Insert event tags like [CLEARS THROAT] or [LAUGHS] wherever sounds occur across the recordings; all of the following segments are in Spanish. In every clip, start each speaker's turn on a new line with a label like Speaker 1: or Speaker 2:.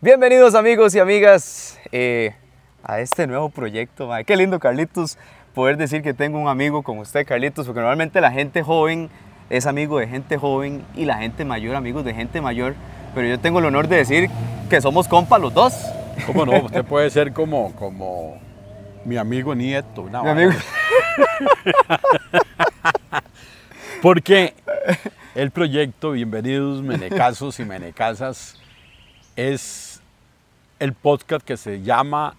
Speaker 1: Bienvenidos amigos y amigas eh, a este nuevo proyecto. Mae. Qué lindo Carlitos poder decir que tengo un amigo como usted Carlitos, porque normalmente la gente joven es amigo de gente joven y la gente mayor amigos de gente mayor, pero yo tengo el honor de decir que somos compas los dos.
Speaker 2: ¿Cómo no? Usted puede ser como, como mi amigo nieto. una
Speaker 1: Mi
Speaker 2: vara
Speaker 1: amigo.
Speaker 2: así. Porque el proyecto Bienvenidos Menecasos y Menecasas es el podcast que se llama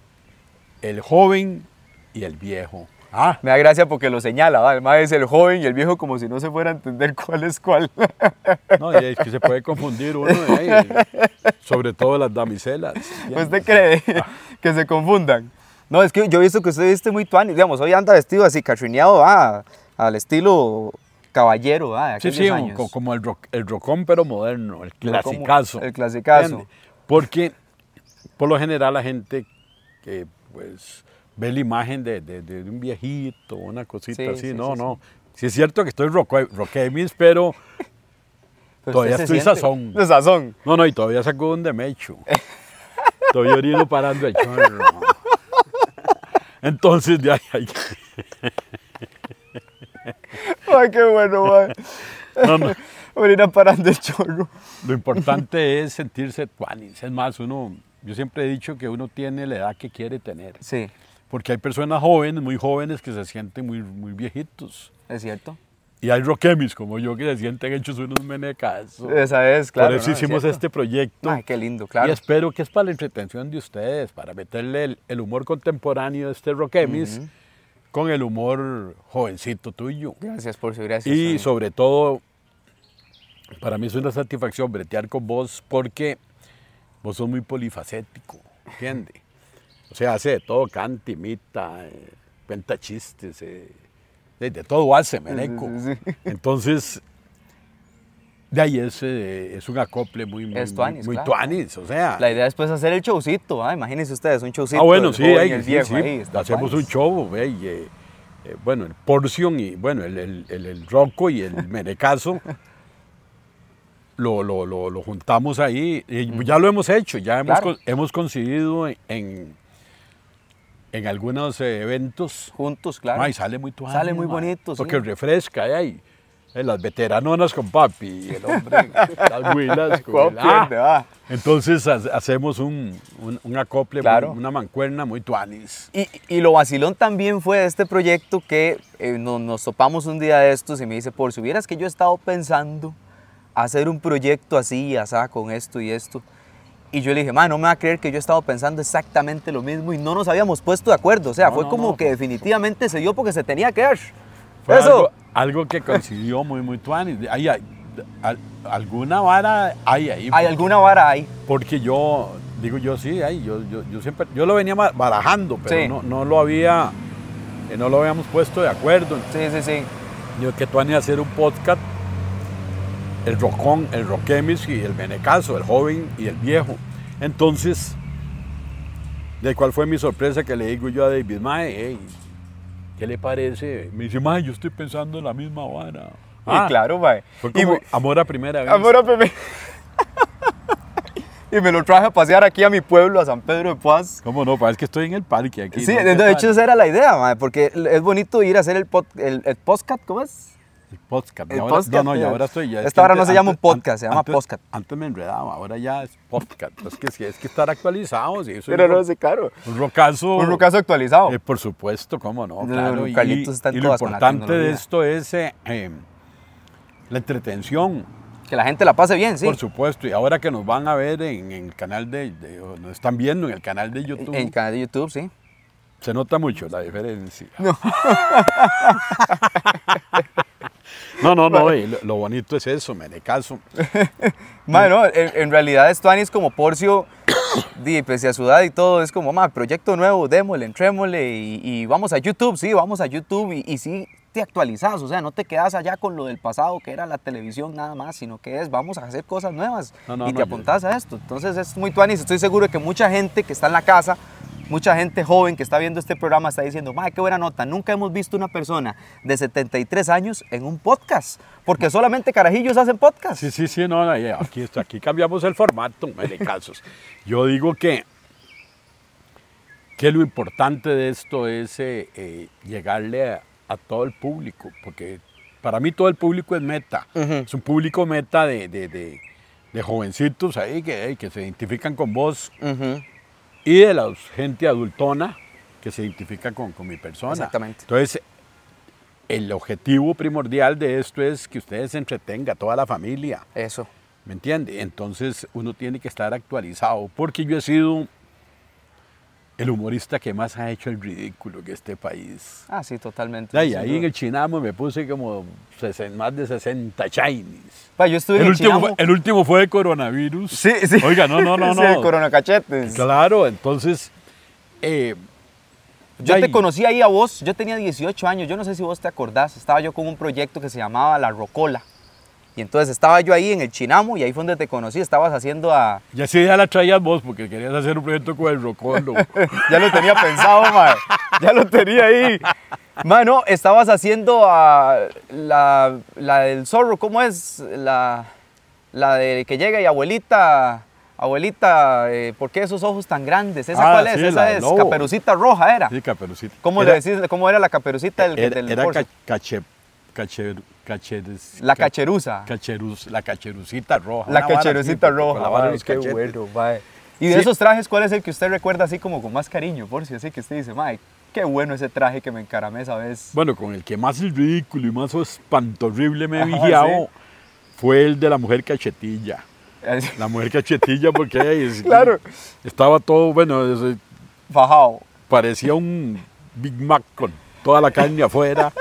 Speaker 2: El joven y el viejo. Ah,
Speaker 1: Me da gracia porque lo señala, ¿va? el mae es el joven y el viejo como si no se fuera a entender [LAUGHS] cuál es cuál.
Speaker 2: no, y es que se puede confundir uno, eh, sobre todo las damiselas.
Speaker 1: ¿Usted Pues cree [LAUGHS] que se confundan? No, es que yo he visto que usted viste muy tuani. Digamos, hoy anda vestido así, cachuneado, va, al estilo caballero, va, de
Speaker 2: Sí,
Speaker 1: aquellos
Speaker 2: sí,
Speaker 1: años.
Speaker 2: co- como el, rock- el rocón, pero moderno, el
Speaker 1: Rocón,
Speaker 2: clasicazo.
Speaker 1: el clasicazo.
Speaker 2: ¿Entiende? Porque por lo general la gente que pues ve la imagen de, de- de un viejito, una cosita
Speaker 1: Sí,
Speaker 2: así,
Speaker 1: sí,
Speaker 2: no,
Speaker 1: sí,
Speaker 2: no. Sí. es cierto que estoy roco- roquemis, pero
Speaker 1: Pero
Speaker 2: todavía
Speaker 1: Pues usted se
Speaker 2: estoy
Speaker 1: siente-
Speaker 2: sazón.
Speaker 1: De sazón.
Speaker 2: no, no, y todavía saco un
Speaker 1: [LAUGHS]
Speaker 2: demecho. Todavía orino parando el chorro. Entonces, de ahí hay que...
Speaker 1: Ay, qué bueno, va.
Speaker 2: [LAUGHS] No, no.
Speaker 1: [LAUGHS] Orina parando el chorro.
Speaker 2: Lo importante es sentirse tuanis. Es más, uno, yo siempre he dicho que uno tiene la edad que quiere tener.
Speaker 1: Sí,
Speaker 2: Porque hay personas jóvenes, muy jóvenes, que se sienten muy, muy viejitos.
Speaker 1: es cierto.
Speaker 2: Y hay roquemis como yo que se sienten hechos unos menecas.
Speaker 1: Esa es, Eh, claro.
Speaker 2: Por eso
Speaker 1: ¿no? Es
Speaker 2: hicimos
Speaker 1: cierto.
Speaker 2: este proyecto.
Speaker 1: Ay, qué lindo, claro.
Speaker 2: Y espero que es para la entretención de ustedes, para meterle el, el humor contemporáneo de este roquemis con el humor jovencito tuyo.
Speaker 1: Gracias por su gracias.
Speaker 2: Y
Speaker 1: Tony.
Speaker 2: sobre todo, para mí es una satisfacción bretear con vos porque vos sos muy polifacético, ¿entiendes? O sea, hace de todo, canta, imita, eh, cuenta chistes, eh, de, de todo hace, meneco.
Speaker 1: sí, sí.
Speaker 2: Entonces, de ahí es, eh, es un acople muy, muy,
Speaker 1: Es
Speaker 2: muy-
Speaker 1: tuanis,
Speaker 2: muy
Speaker 1: claro.
Speaker 2: tuanis, o sea.
Speaker 1: La idea es pues hacer el showcito, ¿va? imagínense ustedes, un showcito.
Speaker 2: Ah, bueno,
Speaker 1: el
Speaker 2: sí,
Speaker 1: joven y
Speaker 2: ahí,
Speaker 1: el
Speaker 2: sí,
Speaker 1: viejo,
Speaker 2: sí,
Speaker 1: ahí, está
Speaker 2: hacemos
Speaker 1: tuanis.
Speaker 2: un show, ve, y, eh, eh, bueno, el porción y, bueno, el, el, el- el roco
Speaker 1: [LAUGHS]
Speaker 2: y el menecazo, lo, lo- lo- lo juntamos ahí, y ya lo hemos hecho, ya hemos,
Speaker 1: Claro.
Speaker 2: con- hemos conseguido en, en algunos eh, eventos,
Speaker 1: Juntos, claro.
Speaker 2: Ay, Ah, sale muy tuanis,
Speaker 1: Sale muy
Speaker 2: mae,
Speaker 1: bonito, sí.
Speaker 2: Porque refresca, eh, ahí. Las veteranonas con papi, y el hombre, [LAUGHS] las [LAUGHS] huilas
Speaker 1: ¿Cómo
Speaker 2: con el- ah.
Speaker 1: pierde, va?
Speaker 2: Entonces ha- hacemos un, un- un acople, muy-
Speaker 1: Claro.
Speaker 2: una mancuerna muy tuanis.
Speaker 1: Y, y lo vacilón también fue de este proyecto que eh, no- nos topamos un día de estos y me dice, por si hubieras que yo he estado pensando hacer un proyecto así, asá, con esto y esto. Y yo le dije, ma, no me va a creer que yo he estado pensando exactamente lo mismo y no nos habíamos puesto de acuerdo. O sea,
Speaker 2: No,
Speaker 1: fue
Speaker 2: no,
Speaker 1: como
Speaker 2: no,
Speaker 1: que definitivamente se dio porque se tenía que dar.
Speaker 2: Fue
Speaker 1: Eso.
Speaker 2: Algo, algo que coincidió muy, muy tuanis. Hay, hay- al- alguna vara hay ahí.
Speaker 1: Hay alguna vara ahí.
Speaker 2: Porque yo, digo yo sí, hay, yo, yo, yo siempre, yo lo venía ma- barajando, pero
Speaker 1: Sí.
Speaker 2: no, no lo había, eh, no lo habíamos puesto de acuerdo.
Speaker 1: Sí, sí, sí.
Speaker 2: Yo que tuanis hacer un podcast, el rocón, el roquemis y el menecazo, el joven y el viejo. Entonces, de cuál fue mi sorpresa que le digo yo a David Mae, "Ey, ¿qué le parece? Me dice, Mae, yo estoy pensando en la misma vara. Ah,
Speaker 1: y claro, mae.
Speaker 2: Fue
Speaker 1: Y
Speaker 2: como
Speaker 1: me-
Speaker 2: amor a primera vez.
Speaker 1: Amor a Pepe. [LAUGHS] y me lo traje a pasear aquí a mi pueblo, a San Pedro de Puaz.
Speaker 2: ¿Cómo no? Pa, Es que estoy en el parque aquí.
Speaker 1: Sí,
Speaker 2: ¿no?
Speaker 1: de,
Speaker 2: ¿Qué
Speaker 1: de hecho
Speaker 2: tal?
Speaker 1: esa era la idea, mae, porque es bonito ir a hacer el, pod- el, el podcast, ¿cómo es?
Speaker 2: El podcast.
Speaker 1: El
Speaker 2: y ahora-
Speaker 1: podcast,
Speaker 2: no, no, y
Speaker 1: ya.
Speaker 2: ahora estoy ya. es
Speaker 1: Esta
Speaker 2: que
Speaker 1: hora no
Speaker 2: antes-
Speaker 1: se llama
Speaker 2: antes-
Speaker 1: un podcast, se llama
Speaker 2: antes-
Speaker 1: podcast.
Speaker 2: Antes me enredaba, ahora ya es podcast. Es que, sí, es que estar actualizados. Y eso
Speaker 1: Pero
Speaker 2: es
Speaker 1: no sé, claro.
Speaker 2: Un rocazo.
Speaker 1: Un caso actualizado.
Speaker 2: eh, por supuesto, cómo no,
Speaker 1: No,
Speaker 2: claro.
Speaker 1: no,
Speaker 2: y-
Speaker 1: Carlitos está en
Speaker 2: y lo
Speaker 1: todas con la
Speaker 2: importante de
Speaker 1: tecnología.
Speaker 2: esto es eh, eh, la entretención,
Speaker 1: que la gente la pase bien, sí.
Speaker 2: por supuesto. Y ahora que nos van a ver en, en el canal de, de- o nos están viendo en el canal de YouTube,
Speaker 1: En el canal de YouTube, sí.
Speaker 2: se nota mucho la diferencia.
Speaker 1: [LAUGHS] No.
Speaker 2: No, no, no, y lo, lo bonito es eso, me caso.
Speaker 1: Mae, no, en, en realidad esto Anis como Porcio, [COUGHS] di, pese a su edad y todo, es como, ma, proyecto nuevo, démosle, entrémosle y, y vamos a YouTube, sí, vamos a YouTube y, y sí te actualizas, o sea, no te quedas allá con lo del pasado que era la televisión nada más, sino que es vamos a hacer cosas nuevas
Speaker 2: No, no,
Speaker 1: y
Speaker 2: no,
Speaker 1: te
Speaker 2: yo-
Speaker 1: apuntas a esto. Entonces es muy tuanis, estoy seguro que mucha gente que está en la casa Mucha gente joven que está viendo este programa está diciendo, madre, qué buena nota. Nunca hemos visto una persona de 73 años en un podcast, porque solamente carajillos hacen podcast.
Speaker 2: Sí, sí, sí, no, no, ya, aquí, está, aquí cambiamos el formato, casos. Yo digo que, que lo importante de esto es eh, eh, llegarle a, a todo el público, porque para mí todo el público es meta. Es un público meta de, de- de- de jovencitos ahí que, eh, que se identifican con vos
Speaker 1: Ujú.
Speaker 2: y de la gente adultona que se identifica con, con mi persona.
Speaker 1: Exactamente.
Speaker 2: Entonces, el objetivo primordial de esto es que ustedes se entretenga, toda la familia.
Speaker 1: Eso.
Speaker 2: ¿Me entiende? Entonces uno tiene que estar actualizado, porque yo he sido el humorista que más ha hecho el ridículo en este país.
Speaker 1: Ah, sí, totalmente.
Speaker 2: Ya, y
Speaker 1: sin
Speaker 2: ahí
Speaker 1: duda.
Speaker 2: en el Chinamo me puse como sesen- más de 60 Chinese.
Speaker 1: Pa, yo estuve
Speaker 2: El
Speaker 1: en el
Speaker 2: último, fue,
Speaker 1: Chinamo.
Speaker 2: el último fue de coronavirus.
Speaker 1: Sí, sí.
Speaker 2: Oiga,
Speaker 1: [LAUGHS]
Speaker 2: no, [LAUGHS] no, no,
Speaker 1: Sí,
Speaker 2: no.
Speaker 1: coronacachetes.
Speaker 2: Claro, entonces... eh,
Speaker 1: Yo
Speaker 2: ya,
Speaker 1: te
Speaker 2: y-
Speaker 1: conocí ahí a vos, yo tenía 18 años, yo no sé si vos te acordás, estaba yo con un proyecto que se llamaba La Rocola. Y entonces estaba yo ahí en el Chinamo y ahí fue donde te conocí, estabas haciendo a...
Speaker 2: Ya sí, ya la traías vos porque querías hacer un proyecto con el Rocolo.
Speaker 1: [LAUGHS] Ya lo tenía pensado, mae. Ya lo tenía ahí. Mano, estabas haciendo a la, la del zorro, ¿cómo es? La, la de que llega y abuelita, abuelita, eh, ¿por qué esos ojos tan grandes? ¿Esa
Speaker 2: Ah,
Speaker 1: cuál es?
Speaker 2: sí, la
Speaker 1: Esa
Speaker 2: del
Speaker 1: es
Speaker 2: lobo.
Speaker 1: Caperucita Roja, era.
Speaker 2: Sí, Caperucita.
Speaker 1: ¿Cómo,
Speaker 2: Era-
Speaker 1: le decís, ¿Cómo era la caperucita del,
Speaker 2: Era,
Speaker 1: del
Speaker 2: era
Speaker 1: corzo?
Speaker 2: ca- cache, cacher- cacheres-
Speaker 1: La
Speaker 2: ca-
Speaker 1: cacherusa.
Speaker 2: cacheruz- la cacherucita roja.
Speaker 1: la
Speaker 2: una vara así,
Speaker 1: cacherucita
Speaker 2: con- con
Speaker 1: roja.
Speaker 2: la vara
Speaker 1: mae,
Speaker 2: en los
Speaker 1: qué
Speaker 2: cachetes.
Speaker 1: bueno, mae. Y de esos trajes, ¿cuál es el que usted recuerda así como con más cariño, por si así que usted dice, mae, qué bueno ese traje que me encaramé esa vez?
Speaker 2: Bueno, con el que más el ridículo y más espantorrible me he
Speaker 1: Ajá,
Speaker 2: vigiado
Speaker 1: sí.
Speaker 2: fue el de la mujer cachetilla.
Speaker 1: Así,
Speaker 2: La mujer cachetilla
Speaker 1: [LAUGHS]
Speaker 2: porque es-
Speaker 1: Claro.
Speaker 2: estaba todo, bueno, es- eh,
Speaker 1: [LAUGHS] Fajado.
Speaker 2: parecía un Big Mac con toda la carne afuera.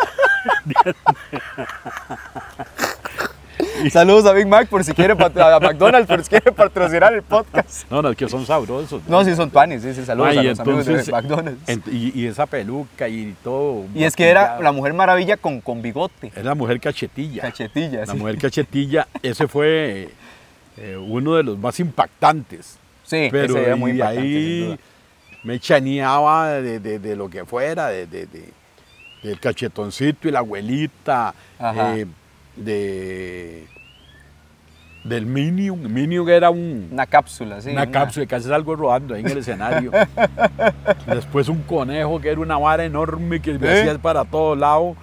Speaker 1: Saludos a Big Mac por si quiere, pat- a McDonald's por si quiere patrocinar el podcast.
Speaker 2: No, no, es que son sabrosos.
Speaker 1: No, sí son panes, sí, sí, saludos
Speaker 2: Ah, y
Speaker 1: a los amigos
Speaker 2: entonces-
Speaker 1: de McDonald's.
Speaker 2: ent- y, y esa peluca y todo.
Speaker 1: y es que era
Speaker 2: maquillado.
Speaker 1: la Mujer Maravilla con, con bigote,
Speaker 2: Era la mujer cachetilla.
Speaker 1: cachetillas.
Speaker 2: La mujer cachetilla, ese fue eh, uno de los más impactantes.
Speaker 1: Sí,
Speaker 2: Pero
Speaker 1: E, ese era muy
Speaker 2: y
Speaker 1: impactante, sin
Speaker 2: ahí
Speaker 1: duda.
Speaker 2: me chaneaba de, de- de lo que fuera, de, de- de- del cachetoncito y la abuelita,
Speaker 1: Ajá.
Speaker 2: eh, de, del Minion. Minion era un,
Speaker 1: Una cápsula, sí.
Speaker 2: una cápsula, casi salgo rodando
Speaker 1: [LAUGHS]
Speaker 2: ahí en el escenario. Después un conejo que era una vara enorme que me
Speaker 1: ¿Eh?
Speaker 2: hacía para todos lados.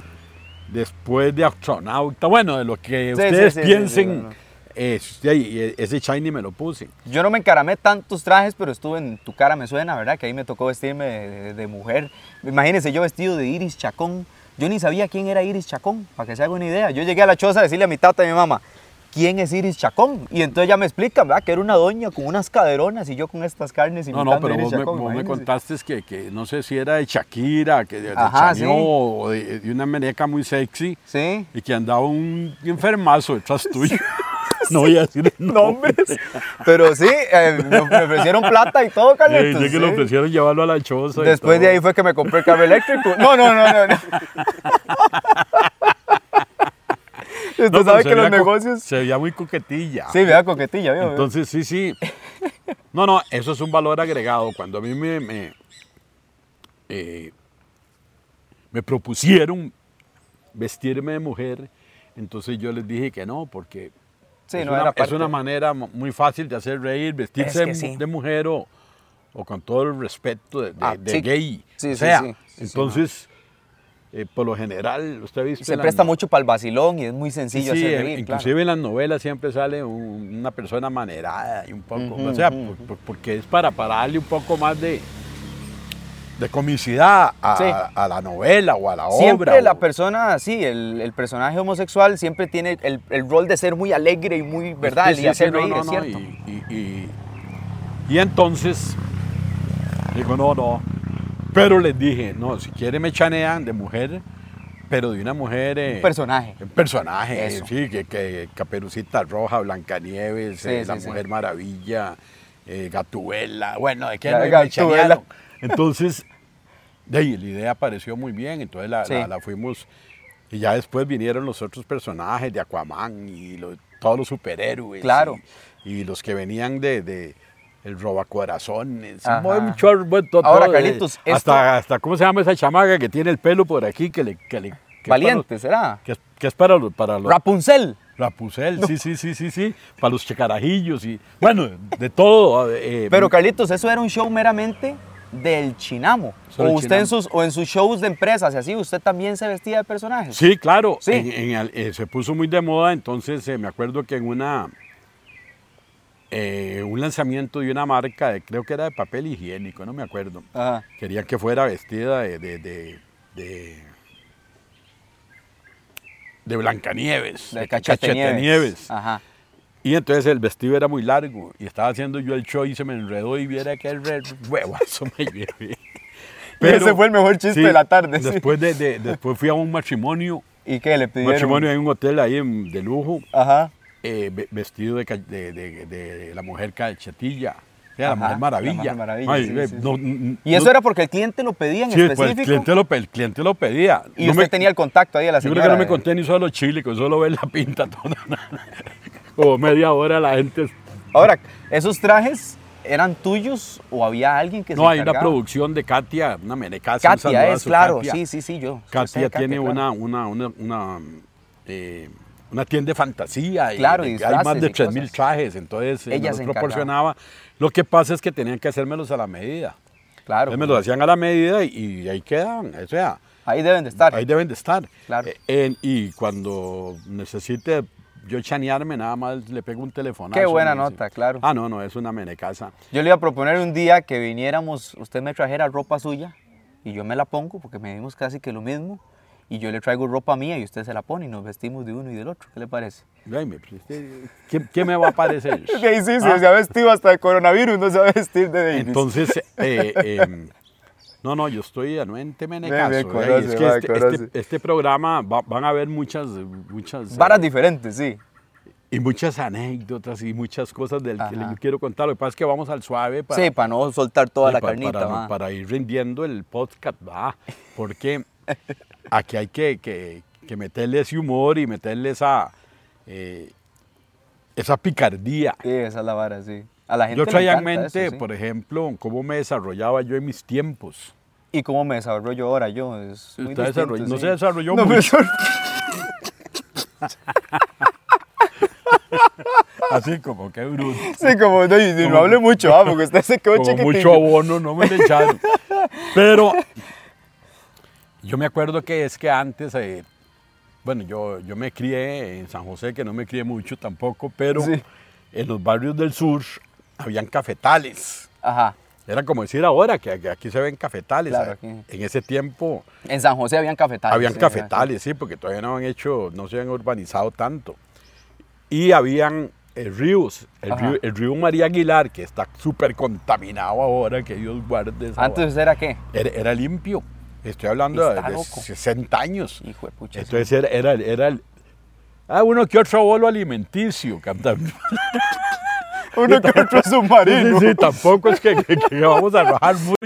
Speaker 2: Después de astronauta, bueno, de lo que
Speaker 1: Sí,
Speaker 2: ustedes
Speaker 1: sí, sí, sí, sí, no,
Speaker 2: piensen.
Speaker 1: no.
Speaker 2: eh, sí, ahí, ese shiny me lo puse.
Speaker 1: Yo no me encaramé tantos trajes, pero estuve en Tu Cara Me Suena, ¿verdad? Que ahí me tocó vestirme de, de- de mujer. Imagínense yo vestido de Iris Chacón. Yo ni sabía quién era Iris Chacón, para que se haga una idea. Yo llegué a la choza a decirle a mi tata y a mi mamá, ¿quién es Iris Chacón? Y entonces ya me explican, ¿verdad? Que era una doña con unas caderonas y yo con estas carnes y
Speaker 2: No, no, pero vos, me, vos me contaste que, que no sé si era de Shakira, que de, de
Speaker 1: Ajá,
Speaker 2: Chaneo,
Speaker 1: sí.
Speaker 2: o de, de una meneca muy sexy
Speaker 1: Sí.
Speaker 2: y que andaba un
Speaker 1: [LAUGHS]
Speaker 2: enfermazo detrás tuyo. [LAUGHS] No voy a decir el nombre.
Speaker 1: Nombres. [LAUGHS] Pero sí, eh, me me ofrecieron plata y todo,
Speaker 2: Eh,
Speaker 1: Carlitos.
Speaker 2: ya que le
Speaker 1: sí.
Speaker 2: ofrecieron llevarlo a la choza. y
Speaker 1: Después de
Speaker 2: todo.
Speaker 1: ahí fue que me compré el carro eléctrico. No, no, no, no.
Speaker 2: [LAUGHS]
Speaker 1: no. Usted
Speaker 2: No, pero
Speaker 1: sabe
Speaker 2: se
Speaker 1: que los
Speaker 2: veía co-
Speaker 1: negocios.
Speaker 2: Se veía muy coquetilla.
Speaker 1: Sí, vea coquetilla, veo.
Speaker 2: Entonces, sí, sí. No, no, eso es un valor agregado. Cuando a mí me, me, eh, me propusieron vestirme de mujer, entonces yo les dije que no, porque
Speaker 1: Sí,
Speaker 2: es,
Speaker 1: no
Speaker 2: una,
Speaker 1: era
Speaker 2: es
Speaker 1: parte.
Speaker 2: una manera mu- muy fácil de hacer reír, vestirse
Speaker 1: Es que
Speaker 2: de, mu-
Speaker 1: sí.
Speaker 2: de mujer o, o con todo el respeto de, de-
Speaker 1: Ah,
Speaker 2: de
Speaker 1: sí.
Speaker 2: gay.
Speaker 1: Sí,
Speaker 2: o
Speaker 1: sí,
Speaker 2: sea,
Speaker 1: sí. Sí, sí,
Speaker 2: entonces, eh, por lo general, usted ha visto...
Speaker 1: se
Speaker 2: en las
Speaker 1: presta
Speaker 2: no-
Speaker 1: mucho para el vacilón y es muy sencillo
Speaker 2: sí,
Speaker 1: hacer
Speaker 2: en-
Speaker 1: reír,
Speaker 2: inclusive
Speaker 1: claro.
Speaker 2: en las novelas siempre sale un- una persona manerada y un poco, o sea, por- por- porque es para, para darle un poco más de, de comicidad a,
Speaker 1: Sí.
Speaker 2: a la novela o a la
Speaker 1: Siempre
Speaker 2: obra.
Speaker 1: la
Speaker 2: o-
Speaker 1: persona, sí, el, el personaje homosexual siempre tiene el, el rol de ser muy alegre y muy verdad
Speaker 2: Sí, sí,
Speaker 1: y hacer
Speaker 2: sí, no,
Speaker 1: reír,
Speaker 2: no,
Speaker 1: es
Speaker 2: no,
Speaker 1: cierto.
Speaker 2: Y, y- y- y entonces digo, no, no. Pero les dije, no, si quieren me chanean de mujer, pero de una mujer... eh,
Speaker 1: Un personaje.
Speaker 2: Un personaje,
Speaker 1: Eso.
Speaker 2: sí, que, que Caperucita Roja, Blancanieves,
Speaker 1: Sí,
Speaker 2: eh,
Speaker 1: sí,
Speaker 2: La
Speaker 1: sí.
Speaker 2: Mujer Maravilla, eh, Gatubela, bueno, ¿de qué
Speaker 1: La
Speaker 2: no? Y me
Speaker 1: Gatubela.
Speaker 2: chanearon. Entonces, de ahí, la idea pareció muy bien, entonces la,
Speaker 1: Sí.
Speaker 2: la- la fuimos... Y ya después vinieron los otros personajes de Aquaman y lo- todos los superhéroes.
Speaker 1: Claro.
Speaker 2: Y, y los que venían de, de- el robacorazones.
Speaker 1: Ajá.
Speaker 2: Buen chorro, buen to-
Speaker 1: Ahora,
Speaker 2: todo de-
Speaker 1: Carlitos, esto-
Speaker 2: hasta, hasta, ¿cómo se llama esa chamaga que tiene el pelo por aquí? Que le, que le, que es para
Speaker 1: Valiente, ¿será?
Speaker 2: los- que, es, que es para los, para los
Speaker 1: Rapunzel.
Speaker 2: Rapucel, sí, sí, sí, sí, sí, para los checarajillos y, bueno,
Speaker 1: [LAUGHS]
Speaker 2: de todo. eh,
Speaker 1: Pero Carlitos, eso era un show meramente del chinamo.
Speaker 2: Solo
Speaker 1: o
Speaker 2: el
Speaker 1: usted
Speaker 2: chinamo.
Speaker 1: en sus o en sus shows de empresas y así, usted también se vestía de personajes.
Speaker 2: Sí, claro.
Speaker 1: Sí.
Speaker 2: en- en al- eh, se puso muy de moda, entonces eh, me acuerdo que en una eh, un lanzamiento de una marca, de- creo que era de papel higiénico, no me acuerdo.
Speaker 1: Ajá.
Speaker 2: Quería que fuera vestida de de, de, de- de Blancanieves,
Speaker 1: De Cachetenieves. Ah.
Speaker 2: Cachetenieves.
Speaker 1: Ajá.
Speaker 2: Y entonces el vestido era muy largo y estaba haciendo yo el show y se me enredó y viera que el re- huevazo me llevé.
Speaker 1: [LAUGHS] ese fue el mejor chiste de la tarde, sí.
Speaker 2: Después, de, de- después fui a un matrimonio,
Speaker 1: ¿Y qué le pidieron?
Speaker 2: matrimonio en un hotel ahí en- de lujo,
Speaker 1: Ajá.
Speaker 2: eh, ve- vestido de, ca- de- de- de la mujer cachetilla, o sea,
Speaker 1: Ajá,
Speaker 2: la mujer maravilla.
Speaker 1: la Mujer Maravilla, sí,
Speaker 2: ve,
Speaker 1: sí,
Speaker 2: no-
Speaker 1: sí.
Speaker 2: n-
Speaker 1: Y eso
Speaker 2: no-
Speaker 1: era porque el cliente lo pedía en
Speaker 2: sí, pues, el,
Speaker 1: específico.
Speaker 2: cliente lo, pe- el cliente lo pedía.
Speaker 1: Y
Speaker 2: No
Speaker 1: usted
Speaker 2: me-
Speaker 1: tenía el contacto ahí de la
Speaker 2: yo
Speaker 1: señora.
Speaker 2: creo que no me
Speaker 1: eh.
Speaker 2: conté ni solo chile, con solo ver la pinta [LAUGHS] toda. Como media hora la gente
Speaker 1: Ahora, ¿esos trajes eran tuyos o había alguien que se
Speaker 2: No, hay una
Speaker 1: encargaba?
Speaker 2: producción de Katia, una menecasa. un
Speaker 1: Katia
Speaker 2: saludazo,
Speaker 1: es, claro,
Speaker 2: Katia.
Speaker 1: sí, sí, sí, yo. yo sé
Speaker 2: Katia
Speaker 1: de
Speaker 2: tiene
Speaker 1: claro.
Speaker 2: una, una, una, una, eh, una tienda de fantasía. y
Speaker 1: Claro, y
Speaker 2: de- hay
Speaker 1: disfraces
Speaker 2: más de
Speaker 1: y
Speaker 2: 3.000
Speaker 1: cosas.
Speaker 2: trajes, entonces eh,
Speaker 1: Ella
Speaker 2: me los
Speaker 1: se encargaba.
Speaker 2: proporcionaba. Lo que pasa es que tenían que hacérmelos a la medida.
Speaker 1: Claro.
Speaker 2: Entonces me los hacían a la medida y, y ahí quedan, o sea,
Speaker 1: Ahí deben de estar.
Speaker 2: ahí deben de estar.
Speaker 1: Claro.
Speaker 2: Eh, en- y cuando necesite yo chanearme, nada más le pego un telefonazo.
Speaker 1: Qué buena
Speaker 2: y me dice,
Speaker 1: nota, claro.
Speaker 2: Ah, no, no, es una menecasa.
Speaker 1: Yo le iba a proponer un día que viniéramos, usted me trajera ropa suya y yo me la pongo porque medimos casi que lo mismo. Y yo le traigo ropa mía y usted se la pone y nos vestimos de uno y del otro. ¿Qué le parece?
Speaker 2: Ay, me- ¿Qué, qué me va a parecer?
Speaker 1: [LAUGHS]
Speaker 2: Ah,
Speaker 1: sí, se ha vestido hasta de coronavirus, no se va a vestir de
Speaker 2: Entonces,
Speaker 1: [LAUGHS]
Speaker 2: eh, eh, no, no, yo estoy anuente menecaso.
Speaker 1: Ve, ve,
Speaker 2: eh,
Speaker 1: conoce,
Speaker 2: es que
Speaker 1: va,
Speaker 2: este,
Speaker 1: conoce.
Speaker 2: este- este programa va- van a haber muchas, muchas eh,
Speaker 1: Varas diferentes, sí.
Speaker 2: y muchas anécdotas y muchas cosas del que
Speaker 1: Ajá.
Speaker 2: yo quiero contar. Lo que pasa es que vamos al suave para,
Speaker 1: sí, para no soltar toda
Speaker 2: sí,
Speaker 1: la
Speaker 2: pa-
Speaker 1: carnita.
Speaker 2: para,
Speaker 1: ma.
Speaker 2: para ir rindiendo el podcast, va,
Speaker 1: [LAUGHS]
Speaker 2: porque aquí hay que, que, que meterle ese humor y meterle esa, eh, esa picardía.
Speaker 1: Sí, esa es la vara, sí. A la gente
Speaker 2: Yo
Speaker 1: le
Speaker 2: traía en
Speaker 1: encanta eso,
Speaker 2: mente,
Speaker 1: sí.
Speaker 2: por ejemplo, cómo me desarrollaba yo en mis tiempos.
Speaker 1: ¿Y cómo me desarrollo ahora yo? Es muy
Speaker 2: Usted
Speaker 1: distinto,
Speaker 2: desarrolló- no
Speaker 1: sí.
Speaker 2: se desarrolló
Speaker 1: No me
Speaker 2: mucho.
Speaker 1: desarrollé.
Speaker 2: Así como que bruto.
Speaker 1: [LAUGHS] Sí, como no, y- y no hable mucho, ah, porque usted se quedó
Speaker 2: Como
Speaker 1: chiquitillo.
Speaker 2: mucho abono, no me le echaron. Pero yo me acuerdo que es que antes, eh, bueno, yo, yo me crié en San José, que no me crié mucho tampoco, pero
Speaker 1: Sí.
Speaker 2: en los barrios del sur habían cafetales.
Speaker 1: Ajá.
Speaker 2: Era como decir ahora que que aquí se ven cafetales.
Speaker 1: Claro,
Speaker 2: ah,
Speaker 1: aquí.
Speaker 2: En ese tiempo
Speaker 1: En San José habían cafetales.
Speaker 2: Habían
Speaker 1: sí,
Speaker 2: cafetales, sí, porque todavía no han hecho, no se han urbanizado tanto. Y habían eh, ríos, el
Speaker 1: Ajá.
Speaker 2: río, el río María Aguilar, que está súper contaminado ahora, que Dios guarde. esa
Speaker 1: ¿Antes usted era qué?
Speaker 2: vara. era, era limpio. Estoy hablando de,
Speaker 1: Está
Speaker 2: de
Speaker 1: loco.
Speaker 2: 60 años.
Speaker 1: Hijo de pucha. sí.
Speaker 2: Entonces era, era, era el- ah, uno que otro bolo alimenticio, cantando.
Speaker 1: Uno que otro
Speaker 2: [LAUGHS] Sí,
Speaker 1: submarino.
Speaker 2: sí, tampoco es que, que- que vamos a bajar [LAUGHS] mucho.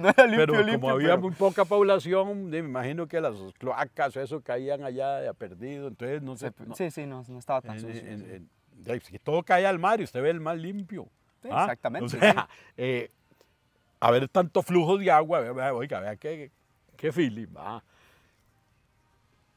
Speaker 1: no era limpio,
Speaker 2: pero
Speaker 1: limpio,
Speaker 2: como había
Speaker 1: pero-
Speaker 2: muy poca población, de- me imagino que las cloacas, eso caían allá de a perdido, entonces no sé. no- Eh,
Speaker 1: Sí, sí, no, no estaba tan
Speaker 2: en-
Speaker 1: sucio.
Speaker 2: en-
Speaker 1: sí.
Speaker 2: en- ya, si todo cae al mar y usted ve el mar limpio.
Speaker 1: Sí,
Speaker 2: ¿ah?
Speaker 1: exactamente,
Speaker 2: O sea, [LAUGHS] eh, a ver tanto flujo de agua, vea, vea, oiga, vea qué, qué feeling, ¿ah?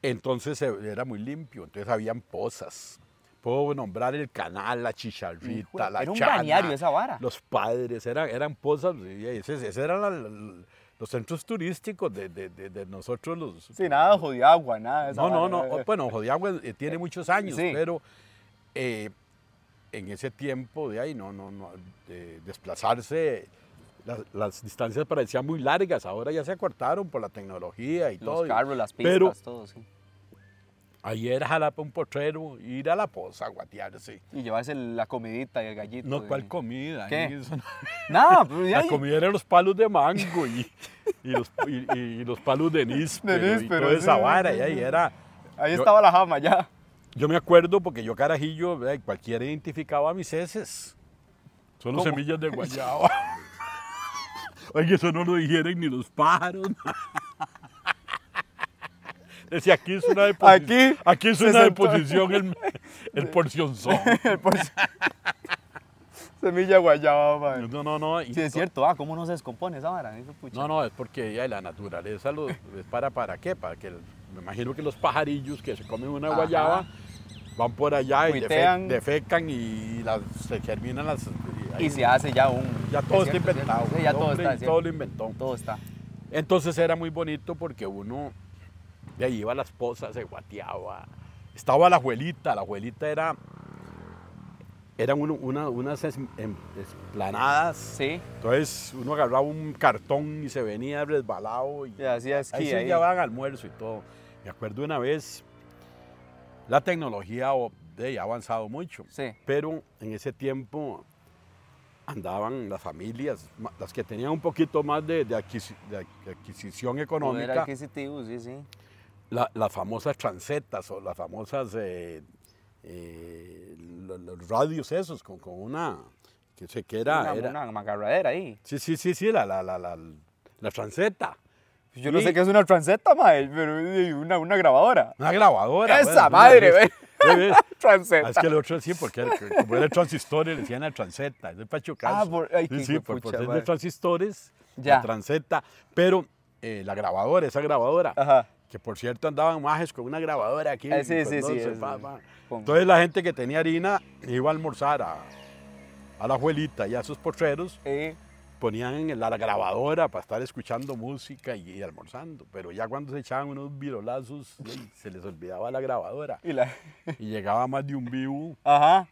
Speaker 2: Entonces eh, era muy limpio, entonces habían pozas. Puedo nombrar el canal, la
Speaker 1: Hijo de-
Speaker 2: chicharrita, la
Speaker 1: era un
Speaker 2: chana,
Speaker 1: balneario esa vara.
Speaker 2: Los padres, eran, eran pozas, y ese- esos eran la- la- los centros turísticos de, de- de- de nosotros los...
Speaker 1: Sí, nada de jodido agua, nada. de esa
Speaker 2: No, no,
Speaker 1: vara,
Speaker 2: no.
Speaker 1: eh,
Speaker 2: o- Bueno, Jodiagua eh, tiene muchos años,
Speaker 1: Sí.
Speaker 2: pero eh, en ese tiempo de ahí, no, no, no, de desplazarse, la- las distancias parecían muy largas. Ahora ya se acortaron por la tecnología y todo.
Speaker 1: Los carros, las pistas,
Speaker 2: Pero
Speaker 1: todo, sí.
Speaker 2: ayer era jalapa un potrero, ir a la poza a guatearse.
Speaker 1: Y llevarse el- la comidita y el gallito.
Speaker 2: No,
Speaker 1: y-
Speaker 2: ¿cuál comida?
Speaker 1: ¿Qué?
Speaker 2: ahí eso no-
Speaker 1: Nada, pero ya.
Speaker 2: La comida eran los palos de mango y, y los, y- y los palos
Speaker 1: [LAUGHS]
Speaker 2: de níspero,
Speaker 1: De
Speaker 2: y
Speaker 1: níspero,
Speaker 2: toda esa
Speaker 1: sí,
Speaker 2: vara.
Speaker 1: sí,
Speaker 2: y ahí
Speaker 1: sí.
Speaker 2: era...
Speaker 1: Ahí
Speaker 2: yo-
Speaker 1: estaba la jama ya. [LAUGHS]
Speaker 2: Yo me acuerdo porque yo carajillo, vea, y cualquiera identificaba a mis heces. Solo
Speaker 1: ¿Cómo?
Speaker 2: semillas
Speaker 1: [LAUGHS]
Speaker 2: de guayaba. [LAUGHS] Oye, eso no lo dijeron ni los pájaros. [LAUGHS] Decía, aquí es una deposición.
Speaker 1: Aquí
Speaker 2: es
Speaker 1: se
Speaker 2: una
Speaker 1: sentó. [LAUGHS]
Speaker 2: [LAUGHS] deposición el, el porcionzón.
Speaker 1: El porci- Semilla guayaba, mae.
Speaker 2: No, no, no. y
Speaker 1: Sí, es
Speaker 2: to-
Speaker 1: cierto. Ah, ¿cómo no se descompone esa vara? Eso, pucha.
Speaker 2: No, no, es porque ya la naturaleza lo es para para qué, para que el- me imagino que los pajarillos que se comen una
Speaker 1: Ajá.
Speaker 2: guayaba van por allá y defe-
Speaker 1: Cuitean.
Speaker 2: defecan y las, se germinan las y ahí-
Speaker 1: Y se hace ya un...
Speaker 2: ya
Speaker 1: es
Speaker 2: todo
Speaker 1: cierto, es
Speaker 2: está
Speaker 1: cierto.
Speaker 2: inventado.
Speaker 1: Sí, ya
Speaker 2: el
Speaker 1: todo
Speaker 2: hombre
Speaker 1: está,
Speaker 2: y
Speaker 1: es
Speaker 2: todo
Speaker 1: cierto.
Speaker 2: lo inventó.
Speaker 1: Todo está.
Speaker 2: Entonces era muy bonito porque uno de ahí iba a las pozas, se guateaba. Estaba la abuelita, la abuelita era eran uno- una- unas es- em- esplanadas
Speaker 1: Sí.
Speaker 2: entonces uno agarraba un cartón y se venía resbalado y
Speaker 1: Y hacía esquí
Speaker 2: ahí se
Speaker 1: ahí.
Speaker 2: llevaban almuerzo y todo. Me acuerdo una vez, la tecnología o- de, ha avanzado mucho,
Speaker 1: Sí.
Speaker 2: pero en ese tiempo andaban las familias, ma- las que tenían un poquito más de, de adquisi- de adqu- de adquisición
Speaker 1: Poder
Speaker 2: económica,
Speaker 1: adquisitivo, sí, sí.
Speaker 2: la- las famosas trancetas o las famosas eh, eh, lo- los, radios esos con, con una que sé que era,
Speaker 1: una,
Speaker 2: Ah, era-
Speaker 1: una macarradera ahí.
Speaker 2: Sí, sí, sí, sí, la, la, la, la, la transeta.
Speaker 1: Yo no
Speaker 2: Sí.
Speaker 1: sé qué es una transeta, mae, pero es una, una grabadora.
Speaker 2: Una grabadora.
Speaker 1: Eh, ¡Esa
Speaker 2: bueno,
Speaker 1: madre,
Speaker 2: [LAUGHS] ¿ves?
Speaker 1: güey! [LAUGHS]
Speaker 2: ¿Ves?
Speaker 1: Transeta.
Speaker 2: Ah, Es que el otro sí, porque era- como era transistor, le decían la transeta, es de pachucazo.
Speaker 1: Ah, por- ay, qué
Speaker 2: sí, sí, por, por
Speaker 1: hijuepucha,
Speaker 2: ser de
Speaker 1: madre.
Speaker 2: transistores, la
Speaker 1: Ya.
Speaker 2: transeta. Pero eh, la grabadora, esa grabadora,
Speaker 1: Ajá.
Speaker 2: que por cierto andaban majes con una grabadora aquí.
Speaker 1: Ah, sí,
Speaker 2: con
Speaker 1: sí, sí,
Speaker 2: dulce,
Speaker 1: es-
Speaker 2: pa, pa.
Speaker 1: con-
Speaker 2: Entonces la gente que tenía harina iba a almorzar a, a la abuelita y a sus potreros
Speaker 1: Eh,
Speaker 2: ponían en la grabadora para estar escuchando música y, y almorzando, pero ya cuando se echaban unos virolazos ey, se les olvidaba la grabadora
Speaker 1: y la... [LAUGHS]
Speaker 2: y llegaba más de un vivo
Speaker 1: Ajá.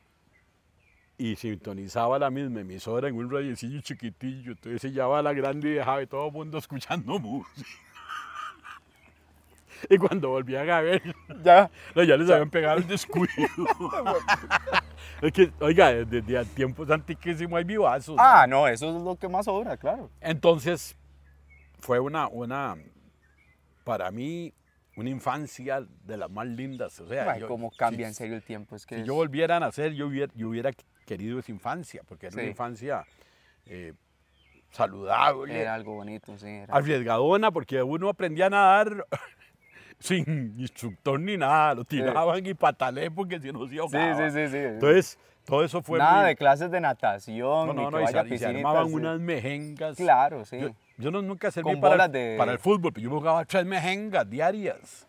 Speaker 2: y sintonizaba la misma emisora en un radiocillo chiquitillo, entonces ya va la grande y dejaba y todo el mundo escuchando música. Y cuando volvían a ver,
Speaker 1: Ya.
Speaker 2: no, ya les habían pegado el descuido. [LAUGHS] es que, oiga, desde, desde tiempos antiquísimos hay vivazos. ¿no?
Speaker 1: Ah, no, eso es lo que más sobra, claro.
Speaker 2: Entonces, fue una, una, para mí, una infancia de las más lindas. O sea,
Speaker 1: Mae,
Speaker 2: yo-
Speaker 1: cómo cambia en
Speaker 2: si,
Speaker 1: serio el tiempo. Es que
Speaker 2: si
Speaker 1: es-
Speaker 2: yo volviera a nacer, yo hubiera, yo hubiera querido esa infancia, porque era una
Speaker 1: Sí.
Speaker 2: infancia eh, saludable,
Speaker 1: era algo bonito, sí. Era.
Speaker 2: arriesgadona, porque uno aprendía a nadar [LAUGHS] sin instructor ni nada. Lo tiraban y patalé porque si no se
Speaker 1: Sí,
Speaker 2: ahogaba.
Speaker 1: sí, sí, sí.
Speaker 2: Entonces, todo eso fue
Speaker 1: Nada
Speaker 2: muy-
Speaker 1: de clases de natación,
Speaker 2: no,
Speaker 1: ni
Speaker 2: no,
Speaker 1: que
Speaker 2: no, y
Speaker 1: vaya
Speaker 2: se,
Speaker 1: a
Speaker 2: y se
Speaker 1: piscinitas,
Speaker 2: armaban
Speaker 1: sí.
Speaker 2: unas mejengas.
Speaker 1: Claro, sí.
Speaker 2: Yo, yo no- nunca serví
Speaker 1: Con
Speaker 2: para,
Speaker 1: bolas de-
Speaker 2: para el fútbol, pero yo me jugaba tres mejengas diarias.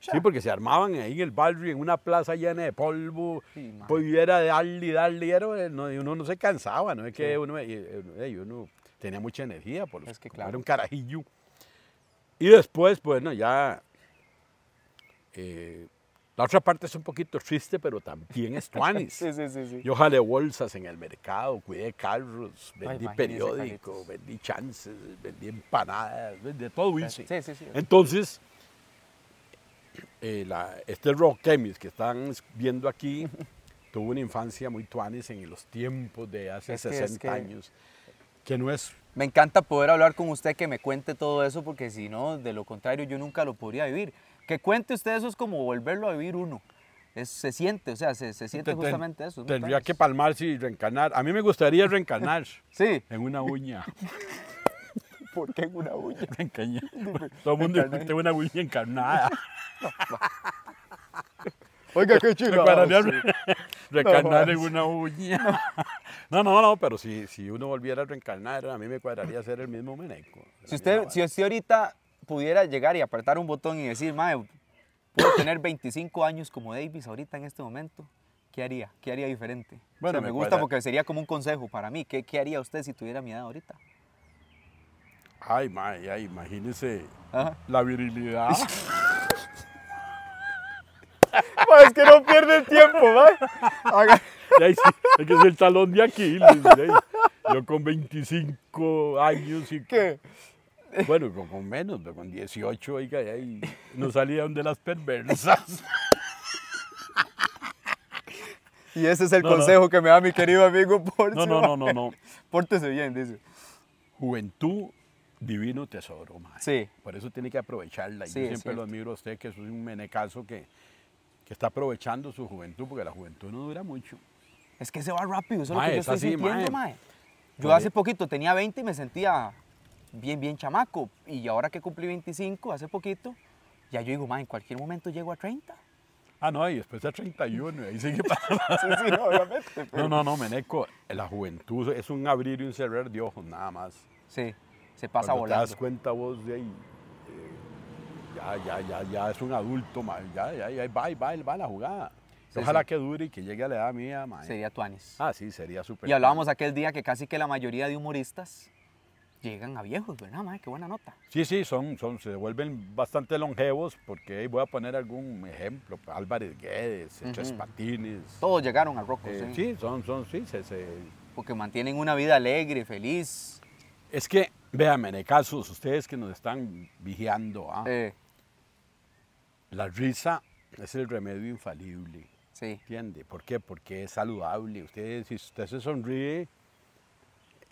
Speaker 2: Sí, porque se armaban ahí en el barrio, en una plaza llena de polvo,
Speaker 1: Sí, madre.
Speaker 2: pues era de darle y darle, y era- eh, no, y uno no se cansaba, no es que uno, eh, eh, eh, uno tenía mucha energía, por los-
Speaker 1: Es que
Speaker 2: como
Speaker 1: claro.
Speaker 2: era un carajillo. Y después, bueno, ya eh, la otra parte es un poquito triste, pero también es
Speaker 1: [LAUGHS]
Speaker 2: tuanis.
Speaker 1: Sí, sí, sí, sí.
Speaker 2: Yo jalé bolsas en el mercado, cuidé carros, vendí
Speaker 1: imagínese,
Speaker 2: periódicos,
Speaker 1: Carlitos.
Speaker 2: vendí chances, vendí empanadas, de todo hice.
Speaker 1: Sí, Pues, sí, sí.
Speaker 2: Entonces, eh, la- este rock chemist que están
Speaker 1: [LAUGHS]
Speaker 2: viendo aquí tuvo una infancia muy tuanis en los tiempos de hace
Speaker 1: Es que- es
Speaker 2: 60
Speaker 1: que-
Speaker 2: años, que no es
Speaker 1: Me encanta poder hablar con usted, que me cuente todo eso, porque si no, de lo contrario, yo nunca lo podría vivir. Que cuente usted eso es como volverlo a vivir uno. Es- se siente, o sea, se, se siente
Speaker 2: Ten- ten-
Speaker 1: justamente eso. es muy
Speaker 2: Tendría
Speaker 1: tuanis.
Speaker 2: que palmarse y reencarnar. A mí me gustaría reencarnar
Speaker 1: Sí.
Speaker 2: en una uña. [LAUGHS]
Speaker 1: ¿Por qué en una uña?
Speaker 2: Reencarnar.
Speaker 1: [LAUGHS]
Speaker 2: Todo el mundo
Speaker 1: Reencarnar.
Speaker 2: tiene una uña encarnada.
Speaker 1: [LAUGHS] [LAUGHS] Oiga, qué
Speaker 2: [LAUGHS]
Speaker 1: [LAUGHS] chido.
Speaker 2: Reencarnar, reencarnar
Speaker 1: No,
Speaker 2: en una uña. [LAUGHS] No, no, no, pero si, si uno volviera a reencarnar, a mí me cuadraría ser el mismo meneco.
Speaker 1: Si usted, si usted ahorita pudiera llegar y apretar un botón y decir, mae, puedo tener 25 años como Davis ahorita en este momento, ¿qué haría? ¿Qué haría diferente?
Speaker 2: Bueno,
Speaker 1: Bueno,
Speaker 2: me
Speaker 1: me gusta
Speaker 2: cuadra-
Speaker 1: porque sería como un consejo para mí. ¿Qué, qué haría usted si tuviera mi edad ahorita?
Speaker 2: Ay, mae, ay, imagínese
Speaker 1: Ajá.
Speaker 2: la virilidad.
Speaker 1: es que no pierde el [LAUGHS] tiempo, mae. Haga-
Speaker 2: [LAUGHS] Ya, y sí, es que es el talón de Aquiles. ya, y Yo con 25 años y
Speaker 1: ¿Qué?
Speaker 2: Bueno, con, con menos, pero con 18, oiga, y ahí no salían de las perversas.
Speaker 1: [LAUGHS] Y ese es el
Speaker 2: No, no.
Speaker 1: consejo que me da mi querido amigo Porcio.
Speaker 2: [LAUGHS] No, no, no, no, no.
Speaker 1: Pórtese bien, dice.
Speaker 2: Juventud, divino tesoro, mae.
Speaker 1: Sí.
Speaker 2: Por eso tiene que aprovecharla. Y
Speaker 1: Sí, es
Speaker 2: yo siempre
Speaker 1: cierto.
Speaker 2: lo admiro a usted, que es un menecazo que, que está aprovechando su juventud, porque la juventud no dura mucho.
Speaker 1: Es que se va rápido, eso es lo
Speaker 2: Mae,
Speaker 1: que yo
Speaker 2: es
Speaker 1: estoy
Speaker 2: así,
Speaker 1: sintiendo,
Speaker 2: mae.
Speaker 1: mae. Yo
Speaker 2: Mae.
Speaker 1: hace poquito tenía 20 y me sentía bien, bien chamaco.
Speaker 2: [LAUGHS]
Speaker 1: Y ahora que cumplí 25, hace poquito, ya yo digo, mae, en cualquier momento llego a 30.
Speaker 2: Ah, no, y después a 31, y
Speaker 1: [LAUGHS]
Speaker 2: ahí sigue para...
Speaker 1: Sí, sí, obviamente.
Speaker 2: No, no, no, Meneco, la juventud es un abrir y un cerrar de ojos, nada más.
Speaker 1: Sí, se pasa
Speaker 2: Cuando te das
Speaker 1: volando.
Speaker 2: cuenta vos de ahí, eh, ya, ya, ya, ya es un adulto, ma, ya, ya, ya, va, y va, y va la jugada.
Speaker 1: Sí,
Speaker 2: Ojalá
Speaker 1: sí.
Speaker 2: que dure y que llegue a la edad mía, ma.
Speaker 1: Sería Tuanis.
Speaker 2: Ah, sí, sería súper.
Speaker 1: Y hablábamos aquel día que casi que la mayoría de humoristas llegan a viejos, ¿verdad, madre? Qué buena nota.
Speaker 2: Sí, sí, son, son, se vuelven bastante longevos porque ahí voy a poner algún ejemplo, Álvarez Guedes, Tres Patines.
Speaker 1: Todos llegaron al rock,
Speaker 2: Eh,
Speaker 1: sí.
Speaker 2: sí, son, son, sí, se, se,
Speaker 1: Porque mantienen una vida alegre, feliz.
Speaker 2: Es que, véanme, en el caso de ustedes que nos están vigiando, ¿ah?
Speaker 1: Eh,
Speaker 2: la risa es el remedio infalible,
Speaker 1: sí.
Speaker 2: ¿entiende? ¿Por qué? Porque es saludable. Ustedes, si usted se sonríe,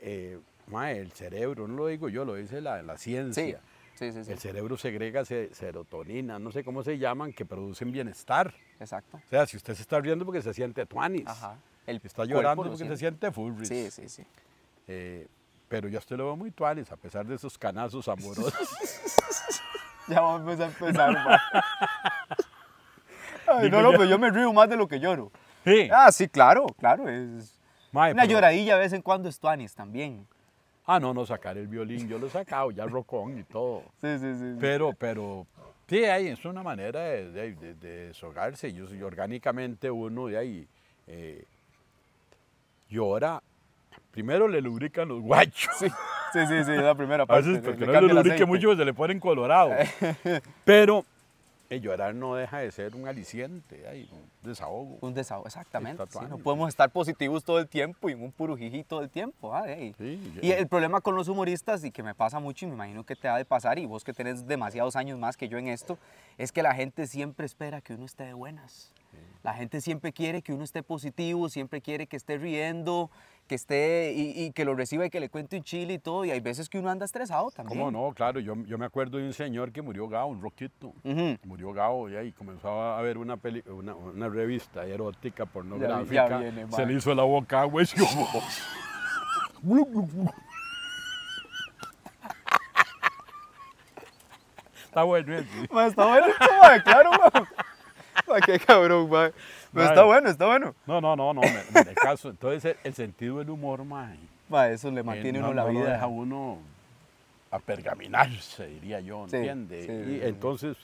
Speaker 2: eh, mae, el cerebro, no lo digo yo, lo dice la, la
Speaker 1: Sí,
Speaker 2: ciencia.
Speaker 1: sí, sí, sí.
Speaker 2: El cerebro segrega se- serotonina, no sé cómo se llaman, que producen bienestar.
Speaker 1: Exacto.
Speaker 2: O sea, si usted se está riendo porque se siente tuanis,
Speaker 1: Ajá. El
Speaker 2: está
Speaker 1: cuerpo
Speaker 2: llorando
Speaker 1: lo
Speaker 2: porque se
Speaker 1: siente.
Speaker 2: siente furris.
Speaker 1: Sí, sí, sí.
Speaker 2: Eh, pero yo a usted lo veo muy tuanis, a pesar de esos canazos amorosos.
Speaker 1: [LAUGHS] Ya vamos a [LAUGHS] empezar, ma. Ay,
Speaker 2: Digo
Speaker 1: no, no,
Speaker 2: ya.
Speaker 1: pero yo me río más de lo que lloro.
Speaker 2: Sí.
Speaker 1: Ah, sí, claro, claro. Es...
Speaker 2: Mae,
Speaker 1: Una
Speaker 2: pero-
Speaker 1: lloradilla de vez en cuando es Tuanis también.
Speaker 2: Ah, no, no, sacar el violín, yo lo he sacado, ya rocón y todo.
Speaker 1: Sí, sí, sí. sí.
Speaker 2: Pero, pero, sí, ahí es una manera de, de, de- de deshogarse. Yo soy orgánicamente uno de ahí eh, llora. Primero le lubrican los guachos. [LAUGHS]
Speaker 1: Sí, sí, sí, sí, es la primera
Speaker 2: A
Speaker 1: parte.
Speaker 2: veces
Speaker 1: le-
Speaker 2: porque
Speaker 1: le
Speaker 2: no
Speaker 1: cambia
Speaker 2: le
Speaker 1: el
Speaker 2: lubrique
Speaker 1: aceite.
Speaker 2: mucho se le ponen colorado. [LAUGHS] Pero el llorar no deja de ser un aliciente, ahí, un desahogo.
Speaker 1: Un desahogo, exactamente.
Speaker 2: Está
Speaker 1: sí, no
Speaker 2: Tuanis.
Speaker 1: podemos estar positivos todo el tiempo y en un puro jijí todo el tiempo. ah, de ahí.
Speaker 2: Sí,
Speaker 1: y
Speaker 2: ya.
Speaker 1: el problema con los humoristas, y que me pasa mucho y me imagino que te ha de pasar, y vos que tenés demasiados años más que yo en esto, es que la gente siempre espera que uno esté de buenas. La gente siempre quiere que uno esté positivo, siempre quiere que esté riendo, que esté y, y que lo reciba y que le cuente un chile y todo. Y hay veces que uno anda estresado también.
Speaker 2: ¿Cómo no? Claro, yo, yo me acuerdo de un señor que murió Gao, un roquito.
Speaker 1: Ujú.
Speaker 2: Murió Gao y ahí comenzaba a ver una, peli- una, una revista erótica, pornográfica.
Speaker 1: Ya- ya viene,
Speaker 2: se
Speaker 1: mae.
Speaker 2: le hizo la boca agua y como... Blu, blu, blu. Está bueno ¿eh? ese.
Speaker 1: Ma, está bueno, [LAUGHS] ma, claro, ma. Ma, qué cabrón, ma. Pero está
Speaker 2: Mae.
Speaker 1: bueno, está bueno.
Speaker 2: No, no, no, no, me, me caso. Entonces, el, el sentido del humor, mae,
Speaker 1: Ma, eso le
Speaker 2: eh,
Speaker 1: mantiene
Speaker 2: no-
Speaker 1: uno la
Speaker 2: no lo
Speaker 1: vida.
Speaker 2: deja uno a pergaminarse, diría yo,
Speaker 1: Sí,
Speaker 2: ¿entiendes?
Speaker 1: sí,
Speaker 2: y
Speaker 1: sí, sí.
Speaker 2: entonces,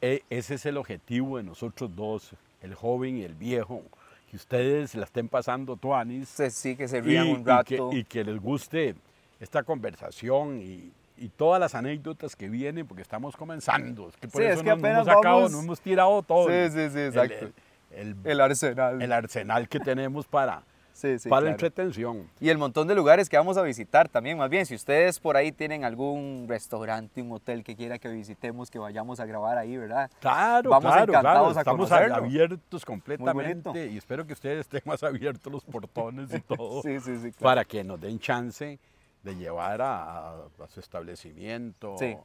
Speaker 2: e- ese es el objetivo de nosotros dos, el joven y el viejo, que ustedes la estén pasando tuanis.
Speaker 1: Se- sí, que se
Speaker 2: y,
Speaker 1: rían
Speaker 2: y
Speaker 1: un rato.
Speaker 2: que, y que les guste esta conversación y, y todas las anécdotas que vienen, porque estamos comenzando. Es que por
Speaker 1: Sí,
Speaker 2: eso
Speaker 1: es que
Speaker 2: nos, nos
Speaker 1: apenas
Speaker 2: hemos sacado,
Speaker 1: vamos-
Speaker 2: nos hemos tirado todo.
Speaker 1: Sí,
Speaker 2: el-
Speaker 1: sí, sí,
Speaker 2: el-
Speaker 1: exacto.
Speaker 2: El, el-
Speaker 1: El arsenal.
Speaker 2: el arsenal que tenemos para,
Speaker 1: Sí, sí,
Speaker 2: para la
Speaker 1: claro.
Speaker 2: entretención.
Speaker 1: Y el montón de lugares que vamos a visitar también. Más bien, si ustedes por ahí tienen algún restaurante, un hotel que quiera que visitemos, que vayamos a grabar ahí, ¿verdad?
Speaker 2: Claro,
Speaker 1: Vamos
Speaker 2: claro, claro.
Speaker 1: encantados a
Speaker 2: Estamos
Speaker 1: conocerlo.
Speaker 2: abiertos
Speaker 1: Muy bonito.
Speaker 2: completamente y espero que ustedes estén más abiertos los portones
Speaker 1: [LAUGHS]
Speaker 2: y todo
Speaker 1: Sí, sí, sí, claro.
Speaker 2: para que nos den chance de llevar a, a- a su establecimiento,
Speaker 1: Sí.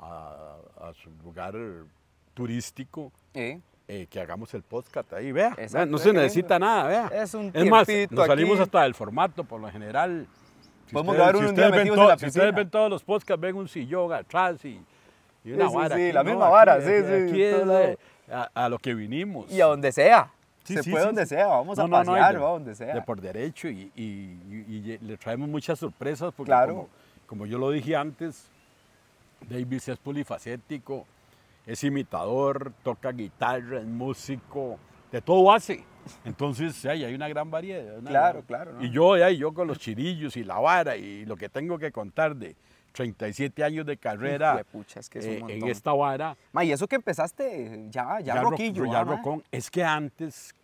Speaker 2: a, a su lugar turístico,
Speaker 1: Eh,
Speaker 2: eh, que hagamos el podcast ahí, vea. vea,
Speaker 1: Exacto,
Speaker 2: no
Speaker 1: es
Speaker 2: se
Speaker 1: que
Speaker 2: necesita nada, vea.
Speaker 1: es un
Speaker 2: más,
Speaker 1: tiempito
Speaker 2: nos salimos
Speaker 1: aquí.
Speaker 2: hasta del formato por lo general. Si
Speaker 1: Podemos grabar uno un día
Speaker 2: ustedes ven
Speaker 1: metidos en la
Speaker 2: si ustedes
Speaker 1: piscina.
Speaker 2: ven todos los podcasts, ven un sillón atrás y, y una
Speaker 1: Sí, sí,
Speaker 2: vara.
Speaker 1: sí,
Speaker 2: aquí,
Speaker 1: la
Speaker 2: no,
Speaker 1: misma
Speaker 2: aquí-
Speaker 1: vara, sí,
Speaker 2: aquí-
Speaker 1: sí,
Speaker 2: aquí es
Speaker 1: todo
Speaker 2: la-
Speaker 1: lado.
Speaker 2: a, a lo que vinimos.
Speaker 1: y a donde sea.
Speaker 2: Sí,
Speaker 1: se
Speaker 2: sí,
Speaker 1: puede
Speaker 2: sí,
Speaker 1: donde
Speaker 2: sí.
Speaker 1: sea, vamos a
Speaker 2: No, no, no, y
Speaker 1: pasear,
Speaker 2: de-
Speaker 1: va donde sea.
Speaker 2: De por derecho y, y, y- y le traemos muchas sorpresas porque
Speaker 1: Claro.
Speaker 2: como, como yo lo dije antes, Davis es polifacético, es imitador, toca guitarra, es músico, de todo hace. Entonces sí, hay hay una gran variedad. una
Speaker 1: Claro,
Speaker 2: gran-
Speaker 1: claro, ¿no?
Speaker 2: Y yo, ya, y yo con los chirillos y la vara y lo que tengo que contar de 37 años de carrera eh,
Speaker 1: Hijuepucha, es que es un
Speaker 2: en
Speaker 1: montón.
Speaker 2: esta vara.
Speaker 1: Ma, y eso que empezaste ya, ya,
Speaker 2: ro-
Speaker 1: roquillo,
Speaker 2: ya
Speaker 1: ah, ma.
Speaker 2: rocón. Es que antes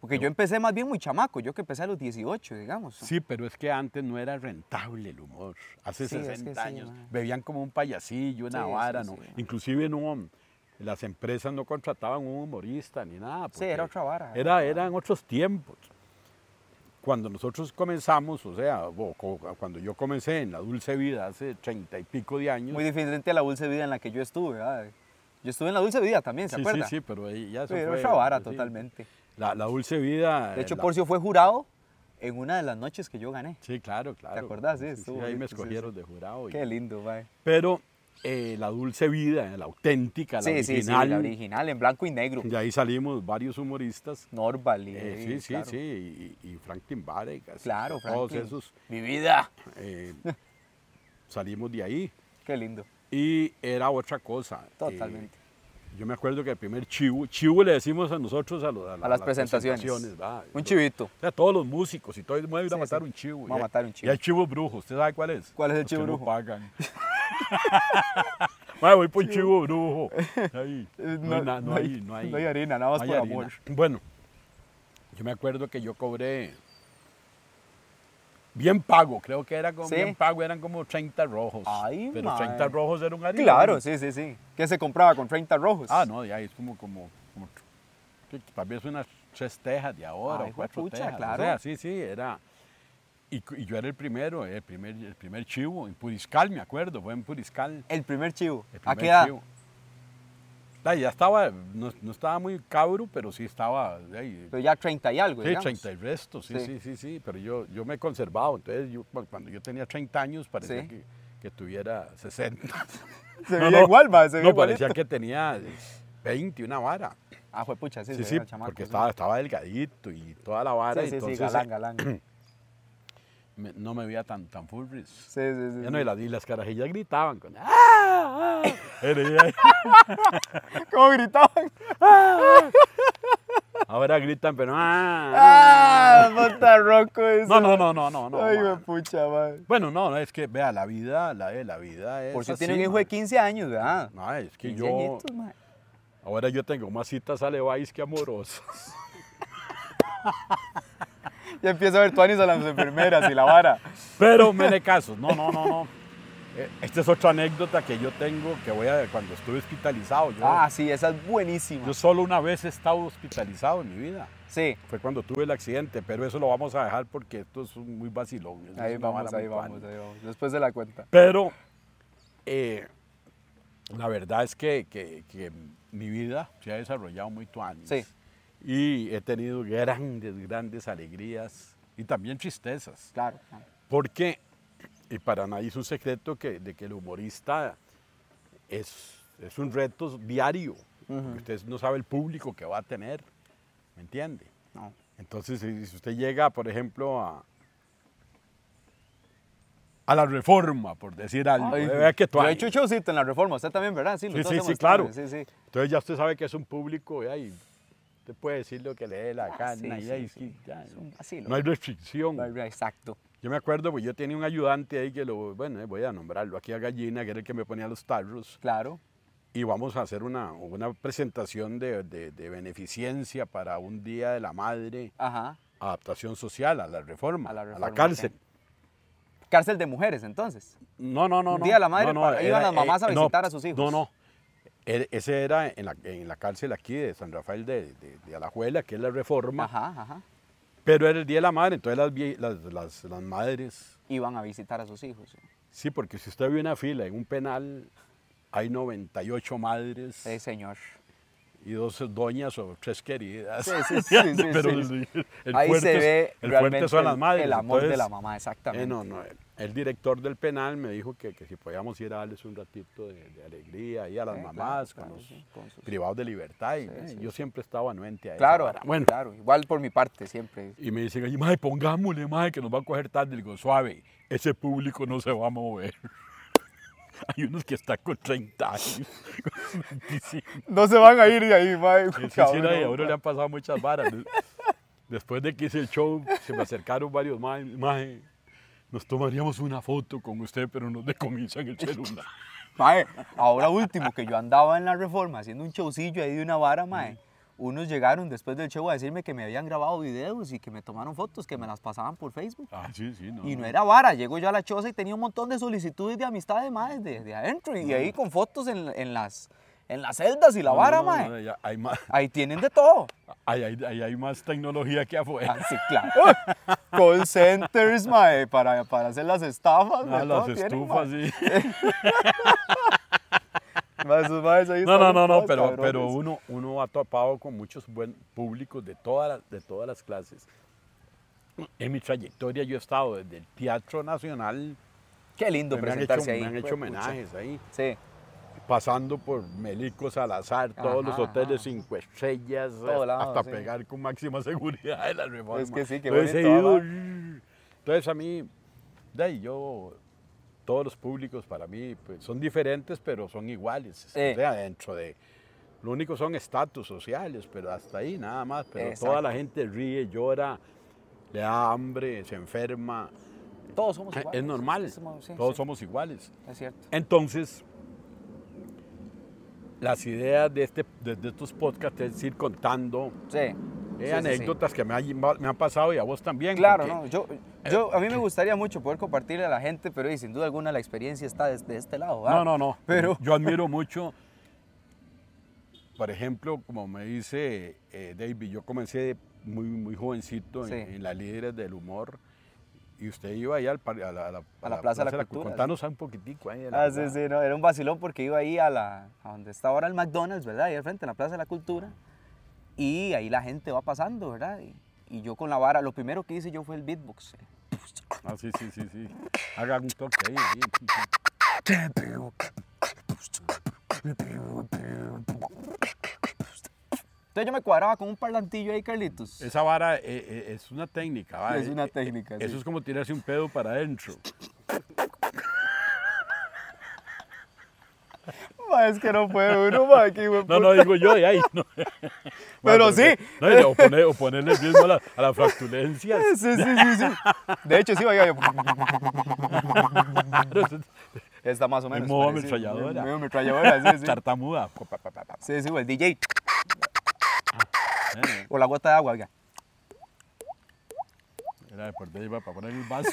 Speaker 1: Porque yo empecé más bien muy chamaco, yo que empecé a los 18, digamos.
Speaker 2: Sí, pero es que antes no era rentable el humor. Hace
Speaker 1: Sí, es que
Speaker 2: 60
Speaker 1: sí,
Speaker 2: años
Speaker 1: mae.
Speaker 2: bebían como un payasillo, una
Speaker 1: Sí, sí,
Speaker 2: vara,
Speaker 1: sí,
Speaker 2: ¿no?
Speaker 1: mae.
Speaker 2: Inclusive no, las empresas no contrataban un humorista ni nada.
Speaker 1: Sí, era
Speaker 2: porque
Speaker 1: otra vara, era
Speaker 2: Era, eran otros tiempos. Cuando nosotros comenzamos, o sea, bo- co- cuando yo comencé en la dulce vida hace treinta y pico de años.
Speaker 1: Muy diferente a la dulce vida en la que yo estuve, ¿verdad? Yo estuve en la dulce vida también, ¿se
Speaker 2: sí, sí,
Speaker 1: acuerda?
Speaker 2: sí, pero ahí ya
Speaker 1: Sí,
Speaker 2: se
Speaker 1: era
Speaker 2: fue,
Speaker 1: otra vara
Speaker 2: sí.
Speaker 1: totalmente.
Speaker 2: La, la dulce vida.
Speaker 1: De hecho,
Speaker 2: la-
Speaker 1: Porcio fue jurado en una de las noches que yo gané.
Speaker 2: Sí, claro, claro.
Speaker 1: acordás? Sí, estuvo
Speaker 2: ahí
Speaker 1: bonito,
Speaker 2: me
Speaker 1: sí, sí.
Speaker 2: escogieron de jurado. y-
Speaker 1: Qué lindo, mae.
Speaker 2: Pero eh, La Dulce Vida, la auténtica, la
Speaker 1: sí, sí, sí, la
Speaker 2: original.
Speaker 1: original, en blanco y negro.
Speaker 2: De ahí salimos varios humoristas.
Speaker 1: Norval. y-
Speaker 2: Eh, sí, sí,
Speaker 1: claro.
Speaker 2: sí. Y, y Franklin Varegas.
Speaker 1: Claro,
Speaker 2: Todos
Speaker 1: Franklin.
Speaker 2: esos
Speaker 1: Mi vida. [LAUGHS]
Speaker 2: eh, salimos de ahí.
Speaker 1: Qué lindo.
Speaker 2: Y era otra cosa. eh,
Speaker 1: Totalmente.
Speaker 2: yo me acuerdo que el primer chivo, chivo le decimos a nosotros a, los- a la-
Speaker 1: a las presentaciones.
Speaker 2: ¿verdad?
Speaker 1: Un chivito.
Speaker 2: O sea, todos los músicos y todo el mundo iba a
Speaker 1: Sí,
Speaker 2: matar
Speaker 1: sí.
Speaker 2: un chivo.
Speaker 1: Vamos a
Speaker 2: Y hay-
Speaker 1: matar un chivo.
Speaker 2: Y hay chivo brujo, ¿usted sabe cuál es?
Speaker 1: ¿Cuál es el
Speaker 2: Los
Speaker 1: chivo
Speaker 2: que no
Speaker 1: brujo? [LAUGHS]
Speaker 2: pagan. Mae, voy por un chivo brujo.
Speaker 1: [LAUGHS]
Speaker 2: Ahí.
Speaker 1: Eh,
Speaker 2: No, hay, na- no hay, no hay-
Speaker 1: no hay harina, nada más
Speaker 2: no hay
Speaker 1: por
Speaker 2: harina.
Speaker 1: amor.
Speaker 2: Bueno, yo me acuerdo que yo cobré bien pago, creo que era como
Speaker 1: Sí.
Speaker 2: bien pago, eran como 30 rojos.
Speaker 1: Ay,
Speaker 2: pero
Speaker 1: mae.
Speaker 2: 30 rojos era un harina.
Speaker 1: Claro, sí, sí, sí. ¿Qué se compraba con 30 rojos?
Speaker 2: Ah, no, ya es como, como, como que tal vez unas tres tejas de ahora
Speaker 1: Ay,
Speaker 2: o cuatro
Speaker 1: juepucha,
Speaker 2: tejas.
Speaker 1: claro.
Speaker 2: O sea, sí, sí, era. Y, cu- y yo era el primero, el primer, el primer chivo, en Puriscal, me acuerdo, fue en Puriscal.
Speaker 1: El primer chivo.
Speaker 2: El
Speaker 1: ¿A
Speaker 2: primer
Speaker 1: qué edad?
Speaker 2: chivo. Ah, ya estaba, no, no estaba muy cabro, pero sí estaba, de ahí,
Speaker 1: Pero pues ya 30 y algo,
Speaker 2: sí,
Speaker 1: digamos.
Speaker 2: 30 y resto, sí,
Speaker 1: Sí.
Speaker 2: sí, sí, sí, pero yo, yo me he conservado, entonces yo, cu- cuando yo tenía 30 años parecía
Speaker 1: Sí.
Speaker 2: que, que tuviera 60.
Speaker 1: [LAUGHS] Se veía igual, ma, se veía
Speaker 2: No,
Speaker 1: igualito.
Speaker 2: parecía que tenía 20 una vara.
Speaker 1: Ah, fue pucha, sí, se
Speaker 2: Sí, sí,
Speaker 1: veía chamaco,
Speaker 2: porque
Speaker 1: sí.
Speaker 2: estaba, estaba delgadito y toda la
Speaker 1: Sí,
Speaker 2: vara.
Speaker 1: sí, sí,
Speaker 2: entonces
Speaker 1: galán,
Speaker 2: eh,
Speaker 1: galán.
Speaker 2: me- no me veía tan, tan furris.
Speaker 1: Sí, sí, sí.
Speaker 2: Ya no,
Speaker 1: sí.
Speaker 2: y, las, y las carajillas gritaban. Con, ¡Ah! ah". Era-
Speaker 1: [LAUGHS] ¿Cómo
Speaker 2: [LAUGHS]
Speaker 1: gritaban?
Speaker 2: Ahora gritan, pero ¡Ah!
Speaker 1: ¡Ah! ¡Puta roco eso!
Speaker 2: No, no, no, no, no. no
Speaker 1: Ay,
Speaker 2: ma.
Speaker 1: me pucha, madre.
Speaker 2: bueno, no, no, es que vea, la vida, la, eh, la vida es.
Speaker 1: Por si
Speaker 2: así,
Speaker 1: tiene un hijo
Speaker 2: ma.
Speaker 1: de 15 años, ¿verdad?
Speaker 2: No, es que
Speaker 1: 15
Speaker 2: yo.
Speaker 1: añitos, ma.
Speaker 2: Ahora yo tengo más citas a Levi's
Speaker 1: [LAUGHS]
Speaker 2: que amorosas.
Speaker 1: Ya empieza a ver tuanis a las enfermeras y la
Speaker 2: [LAUGHS]
Speaker 1: vara.
Speaker 2: Pero menecasos, no, no, no, no. Eh, Esta es otra anécdota que yo tengo que voy a. Cuando estuve hospitalizado, yo.
Speaker 1: Ah, sí, esa es buenísima.
Speaker 2: Yo solo una vez he estado hospitalizado en mi vida.
Speaker 1: Sí.
Speaker 2: Fue cuando tuve el accidente, pero eso lo vamos a dejar porque esto es un- muy vacilón. eso es
Speaker 1: Ahí
Speaker 2: una
Speaker 1: vamos,
Speaker 2: vara
Speaker 1: ahí
Speaker 2: muy
Speaker 1: vamos,
Speaker 2: pana.
Speaker 1: ahí vamos. Después de la cuenta.
Speaker 2: Pero eh, la verdad es que, que- que mi vida se ha desarrollado muy tuanis.
Speaker 1: Sí.
Speaker 2: Y he tenido grandes, grandes alegrías y también tristezas.
Speaker 1: Claro.
Speaker 2: Porque, y para nadie es un secreto que, de que el humorista es, es un reto diario. porque Usted no sabe el público que va a tener, ¿me entiende?
Speaker 1: No.
Speaker 2: Entonces, si si usted llega, por ejemplo, a, a la reforma, por decir algo, eh,
Speaker 1: Ay,
Speaker 2: vea que
Speaker 1: yo
Speaker 2: tú
Speaker 1: he hecho showcito en la reforma, usted también, ¿verdad? Sí, los
Speaker 2: Sí,
Speaker 1: dos
Speaker 2: sí,
Speaker 1: hemos
Speaker 2: sí,
Speaker 1: estado,
Speaker 2: claro.
Speaker 1: Sí, sí.
Speaker 2: Entonces ya usted sabe que es un público, vea, y usted puede decir lo que le dé la
Speaker 1: Ah, sí,
Speaker 2: gana, y
Speaker 1: sí,
Speaker 2: ahí
Speaker 1: sí.
Speaker 2: sí, ya,
Speaker 1: Es un vacilo.
Speaker 2: no hay restricción.
Speaker 1: No hay- Exacto.
Speaker 2: Yo me acuerdo, pues yo tenía un ayudante ahí que lo, bueno, eh, voy a nombrarlo aquí a Gallina, que era el que me ponía los tarros,
Speaker 1: Claro.
Speaker 2: y vamos a hacer una, una presentación de, de- de beneficencia para un Día de la Madre,
Speaker 1: Ajá.
Speaker 2: adaptación social a la reforma,
Speaker 1: A
Speaker 2: a
Speaker 1: la
Speaker 2: la,
Speaker 1: reforma, ok.
Speaker 2: cárcel.
Speaker 1: Cárcel de mujeres, entonces.
Speaker 2: No, no, no.
Speaker 1: Un
Speaker 2: no.
Speaker 1: día a la madre
Speaker 2: No, no,
Speaker 1: para- iban las mamás a
Speaker 2: no,
Speaker 1: visitar a sus hijos.
Speaker 2: No, no. E- Ese era en la, en la cárcel aquí de San Rafael de, de- de Alajuela, que es la reforma.
Speaker 1: Ajá, ajá.
Speaker 2: Pero era el Día de la Madre, entonces las, vie- las, las- las madres.
Speaker 1: Iban a visitar a sus hijos.
Speaker 2: Sí, porque si usted ve una fila en un penal, hay 98 madres
Speaker 1: Sí, Eh, señor.
Speaker 2: y dos doñas o tres queridas.
Speaker 1: Sí,
Speaker 2: [LAUGHS]
Speaker 1: sí, sí, sí,
Speaker 2: Pero
Speaker 1: sí.
Speaker 2: el- el
Speaker 1: Ahí
Speaker 2: fuerte
Speaker 1: se
Speaker 2: es-
Speaker 1: ve
Speaker 2: el
Speaker 1: realmente
Speaker 2: fuerte son las
Speaker 1: el-
Speaker 2: madres.
Speaker 1: el amor de
Speaker 2: entonces-
Speaker 1: la mamá, exactamente.
Speaker 2: Eh, no, no, el, el director del penal me dijo que, que si podíamos ir a darles un ratito de, de alegría ahí a las
Speaker 1: Eh, claro,
Speaker 2: mamás,
Speaker 1: claro,
Speaker 2: con los
Speaker 1: sí, con sus-
Speaker 2: privados de libertad. y, eh, yo siempre estaba anuente a eso.
Speaker 1: Claro,
Speaker 2: bueno.
Speaker 1: claro. Igual por mi parte, siempre.
Speaker 2: Y me dicen, "Ay, mae, pongámosle, mae, que nos va a coger tarde. Le digo, suave, ese público no se va a mover. [LAUGHS] Hay unos que están con 30 años, [LAUGHS] con 25.
Speaker 1: No se van a ir de ahí, mae.
Speaker 2: Sí, sí, sí, no, y a uno le han pasado muchas varas. ¿no? Después de que hice el show, se me acercaron varios más. nos tomaríamos una foto con usted, pero nos decomisan el celular.
Speaker 1: Mae, ahora último, que yo andaba en la reforma haciendo un showcillo ahí de una vara, mae. Unos llegaron después del show a decirme que me habían grabado videos y que me tomaron fotos, que me las pasaban por Facebook.
Speaker 2: [LAUGHS] Ah, sí, sí, no.
Speaker 1: Y no era vara, llego yo a la choza y tenía un montón de solicitudes de amistad de mae de, de adentro y ahí con fotos en, en las, en las celdas y la
Speaker 2: No, no,
Speaker 1: vara,
Speaker 2: no,
Speaker 1: mae.
Speaker 2: no, ya hay, más,
Speaker 1: Ahí tienen de todo.
Speaker 2: hay, hay- hay- hay más tecnología que afuera.
Speaker 1: Así, claro. [LAUGHS] Call centers, mae, para, para hacer las estafas.
Speaker 2: Ah,
Speaker 1: de todo
Speaker 2: las
Speaker 1: tienen,
Speaker 2: estufas,
Speaker 1: mae.
Speaker 2: sí.
Speaker 1: Mae, esos maes ahí
Speaker 2: No,
Speaker 1: están
Speaker 2: no, no, no,
Speaker 1: todos
Speaker 2: pero,
Speaker 1: cabrones.
Speaker 2: pero uno, uno ha topado con muchos buen públicos de todas, las, de todas las clases. En mi trayectoria yo he estado desde el Teatro Nacional,
Speaker 1: Qué lindo
Speaker 2: me han hecho,
Speaker 1: presentarse ahí.
Speaker 2: me han hecho
Speaker 1: Fue pucha.
Speaker 2: homenajes ahí.
Speaker 1: Sí.
Speaker 2: pasando por Melico Salazar,
Speaker 1: Ajá,
Speaker 2: todos los hoteles
Speaker 1: ajá.
Speaker 2: cinco estrellas,
Speaker 1: Todo lado,
Speaker 2: hasta
Speaker 1: sí.
Speaker 2: pegar con máxima [LAUGHS] seguridad de la reforma.
Speaker 1: Es que sí, qué
Speaker 2: Entonces, he
Speaker 1: bonito,
Speaker 2: ido,
Speaker 1: ¿verdad?
Speaker 2: rrr. entonces a mí, de ahí yo, todos los públicos para mí pues, son diferentes, pero son iguales.
Speaker 1: Eh.
Speaker 2: O sea, dentro de... Lo único son estatus sociales, pero hasta ahí nada más. Pero toda
Speaker 1: Exacto.
Speaker 2: la gente ríe, llora, le da hambre, se enferma. Eh,
Speaker 1: Todos somos
Speaker 2: Es-
Speaker 1: iguales.
Speaker 2: Es normal,
Speaker 1: Somos- sí,
Speaker 2: todos
Speaker 1: sí,
Speaker 2: somos iguales.
Speaker 1: Es cierto.
Speaker 2: Entonces, las ideas de, este, de, de estos podcasts es ir contando
Speaker 1: Sí.
Speaker 2: eh,
Speaker 1: Sí, sí, sí.
Speaker 2: anécdotas que me, ha- me han pasado y a vos también.
Speaker 1: Claro,
Speaker 2: porque
Speaker 1: no, yo, yo, a mí me gustaría mucho poder compartirle a la gente, pero y, sin duda alguna la experiencia está desde este lado. ¿verdad?
Speaker 2: No, no, no.
Speaker 1: Pero,
Speaker 2: Yo admiro mucho, por ejemplo, como me dice eh, David, yo comencé muy, muy jovencito en,
Speaker 1: Sí.
Speaker 2: en las líderes del humor y usted iba allá al par- a la, a la- a la
Speaker 1: Plaza de la
Speaker 2: Cu-
Speaker 1: Cultura,
Speaker 2: Contanos un poquitico ahí. de la-
Speaker 1: ah, sí, sí, no, era un vacilón porque iba ahí a, la, a donde está ahora el McDonald's, ¿verdad? Ahí al frente, en la Plaza de la Cultura. Y ahí la gente va pasando, ¿verdad? Y, y yo con la vara, lo primero que hice yo fue el beatbox.
Speaker 2: Ah, sí, sí, sí, sí. Haga un toque ahí. ahí.
Speaker 1: Entonces yo me cuadraba con un parlantillo ahí, Carlitos.
Speaker 2: Esa vara eh, eh, es una técnica, ¿va?
Speaker 1: Es una
Speaker 2: Eh, eh,
Speaker 1: técnica,
Speaker 2: Eso
Speaker 1: sí.
Speaker 2: es como tirarse un pedo para
Speaker 1: [LAUGHS]
Speaker 2: adentro.
Speaker 1: Ma, es que no puede uno, ma, aquí, güey,
Speaker 2: No, no, digo yo, de ahí. no. [LAUGHS] Bueno,
Speaker 1: sí.
Speaker 2: No, y o, poner- o ponerle riesgo a, la, a las fractulencias.
Speaker 1: [LAUGHS] Sí, sí, sí, sí. De hecho, sí, oiga,
Speaker 2: [LAUGHS]
Speaker 1: yo... Está más o menos.
Speaker 2: modo
Speaker 1: parecido.
Speaker 2: ametralladora.
Speaker 1: En modo ametralladora, sí, sí.
Speaker 2: Tartamuda.
Speaker 1: Sí, sí, o el DJ.
Speaker 2: eh,
Speaker 1: O la gota de agua, oiga.
Speaker 2: Era por ahí iba para poner el
Speaker 1: [LAUGHS]
Speaker 2: vaso.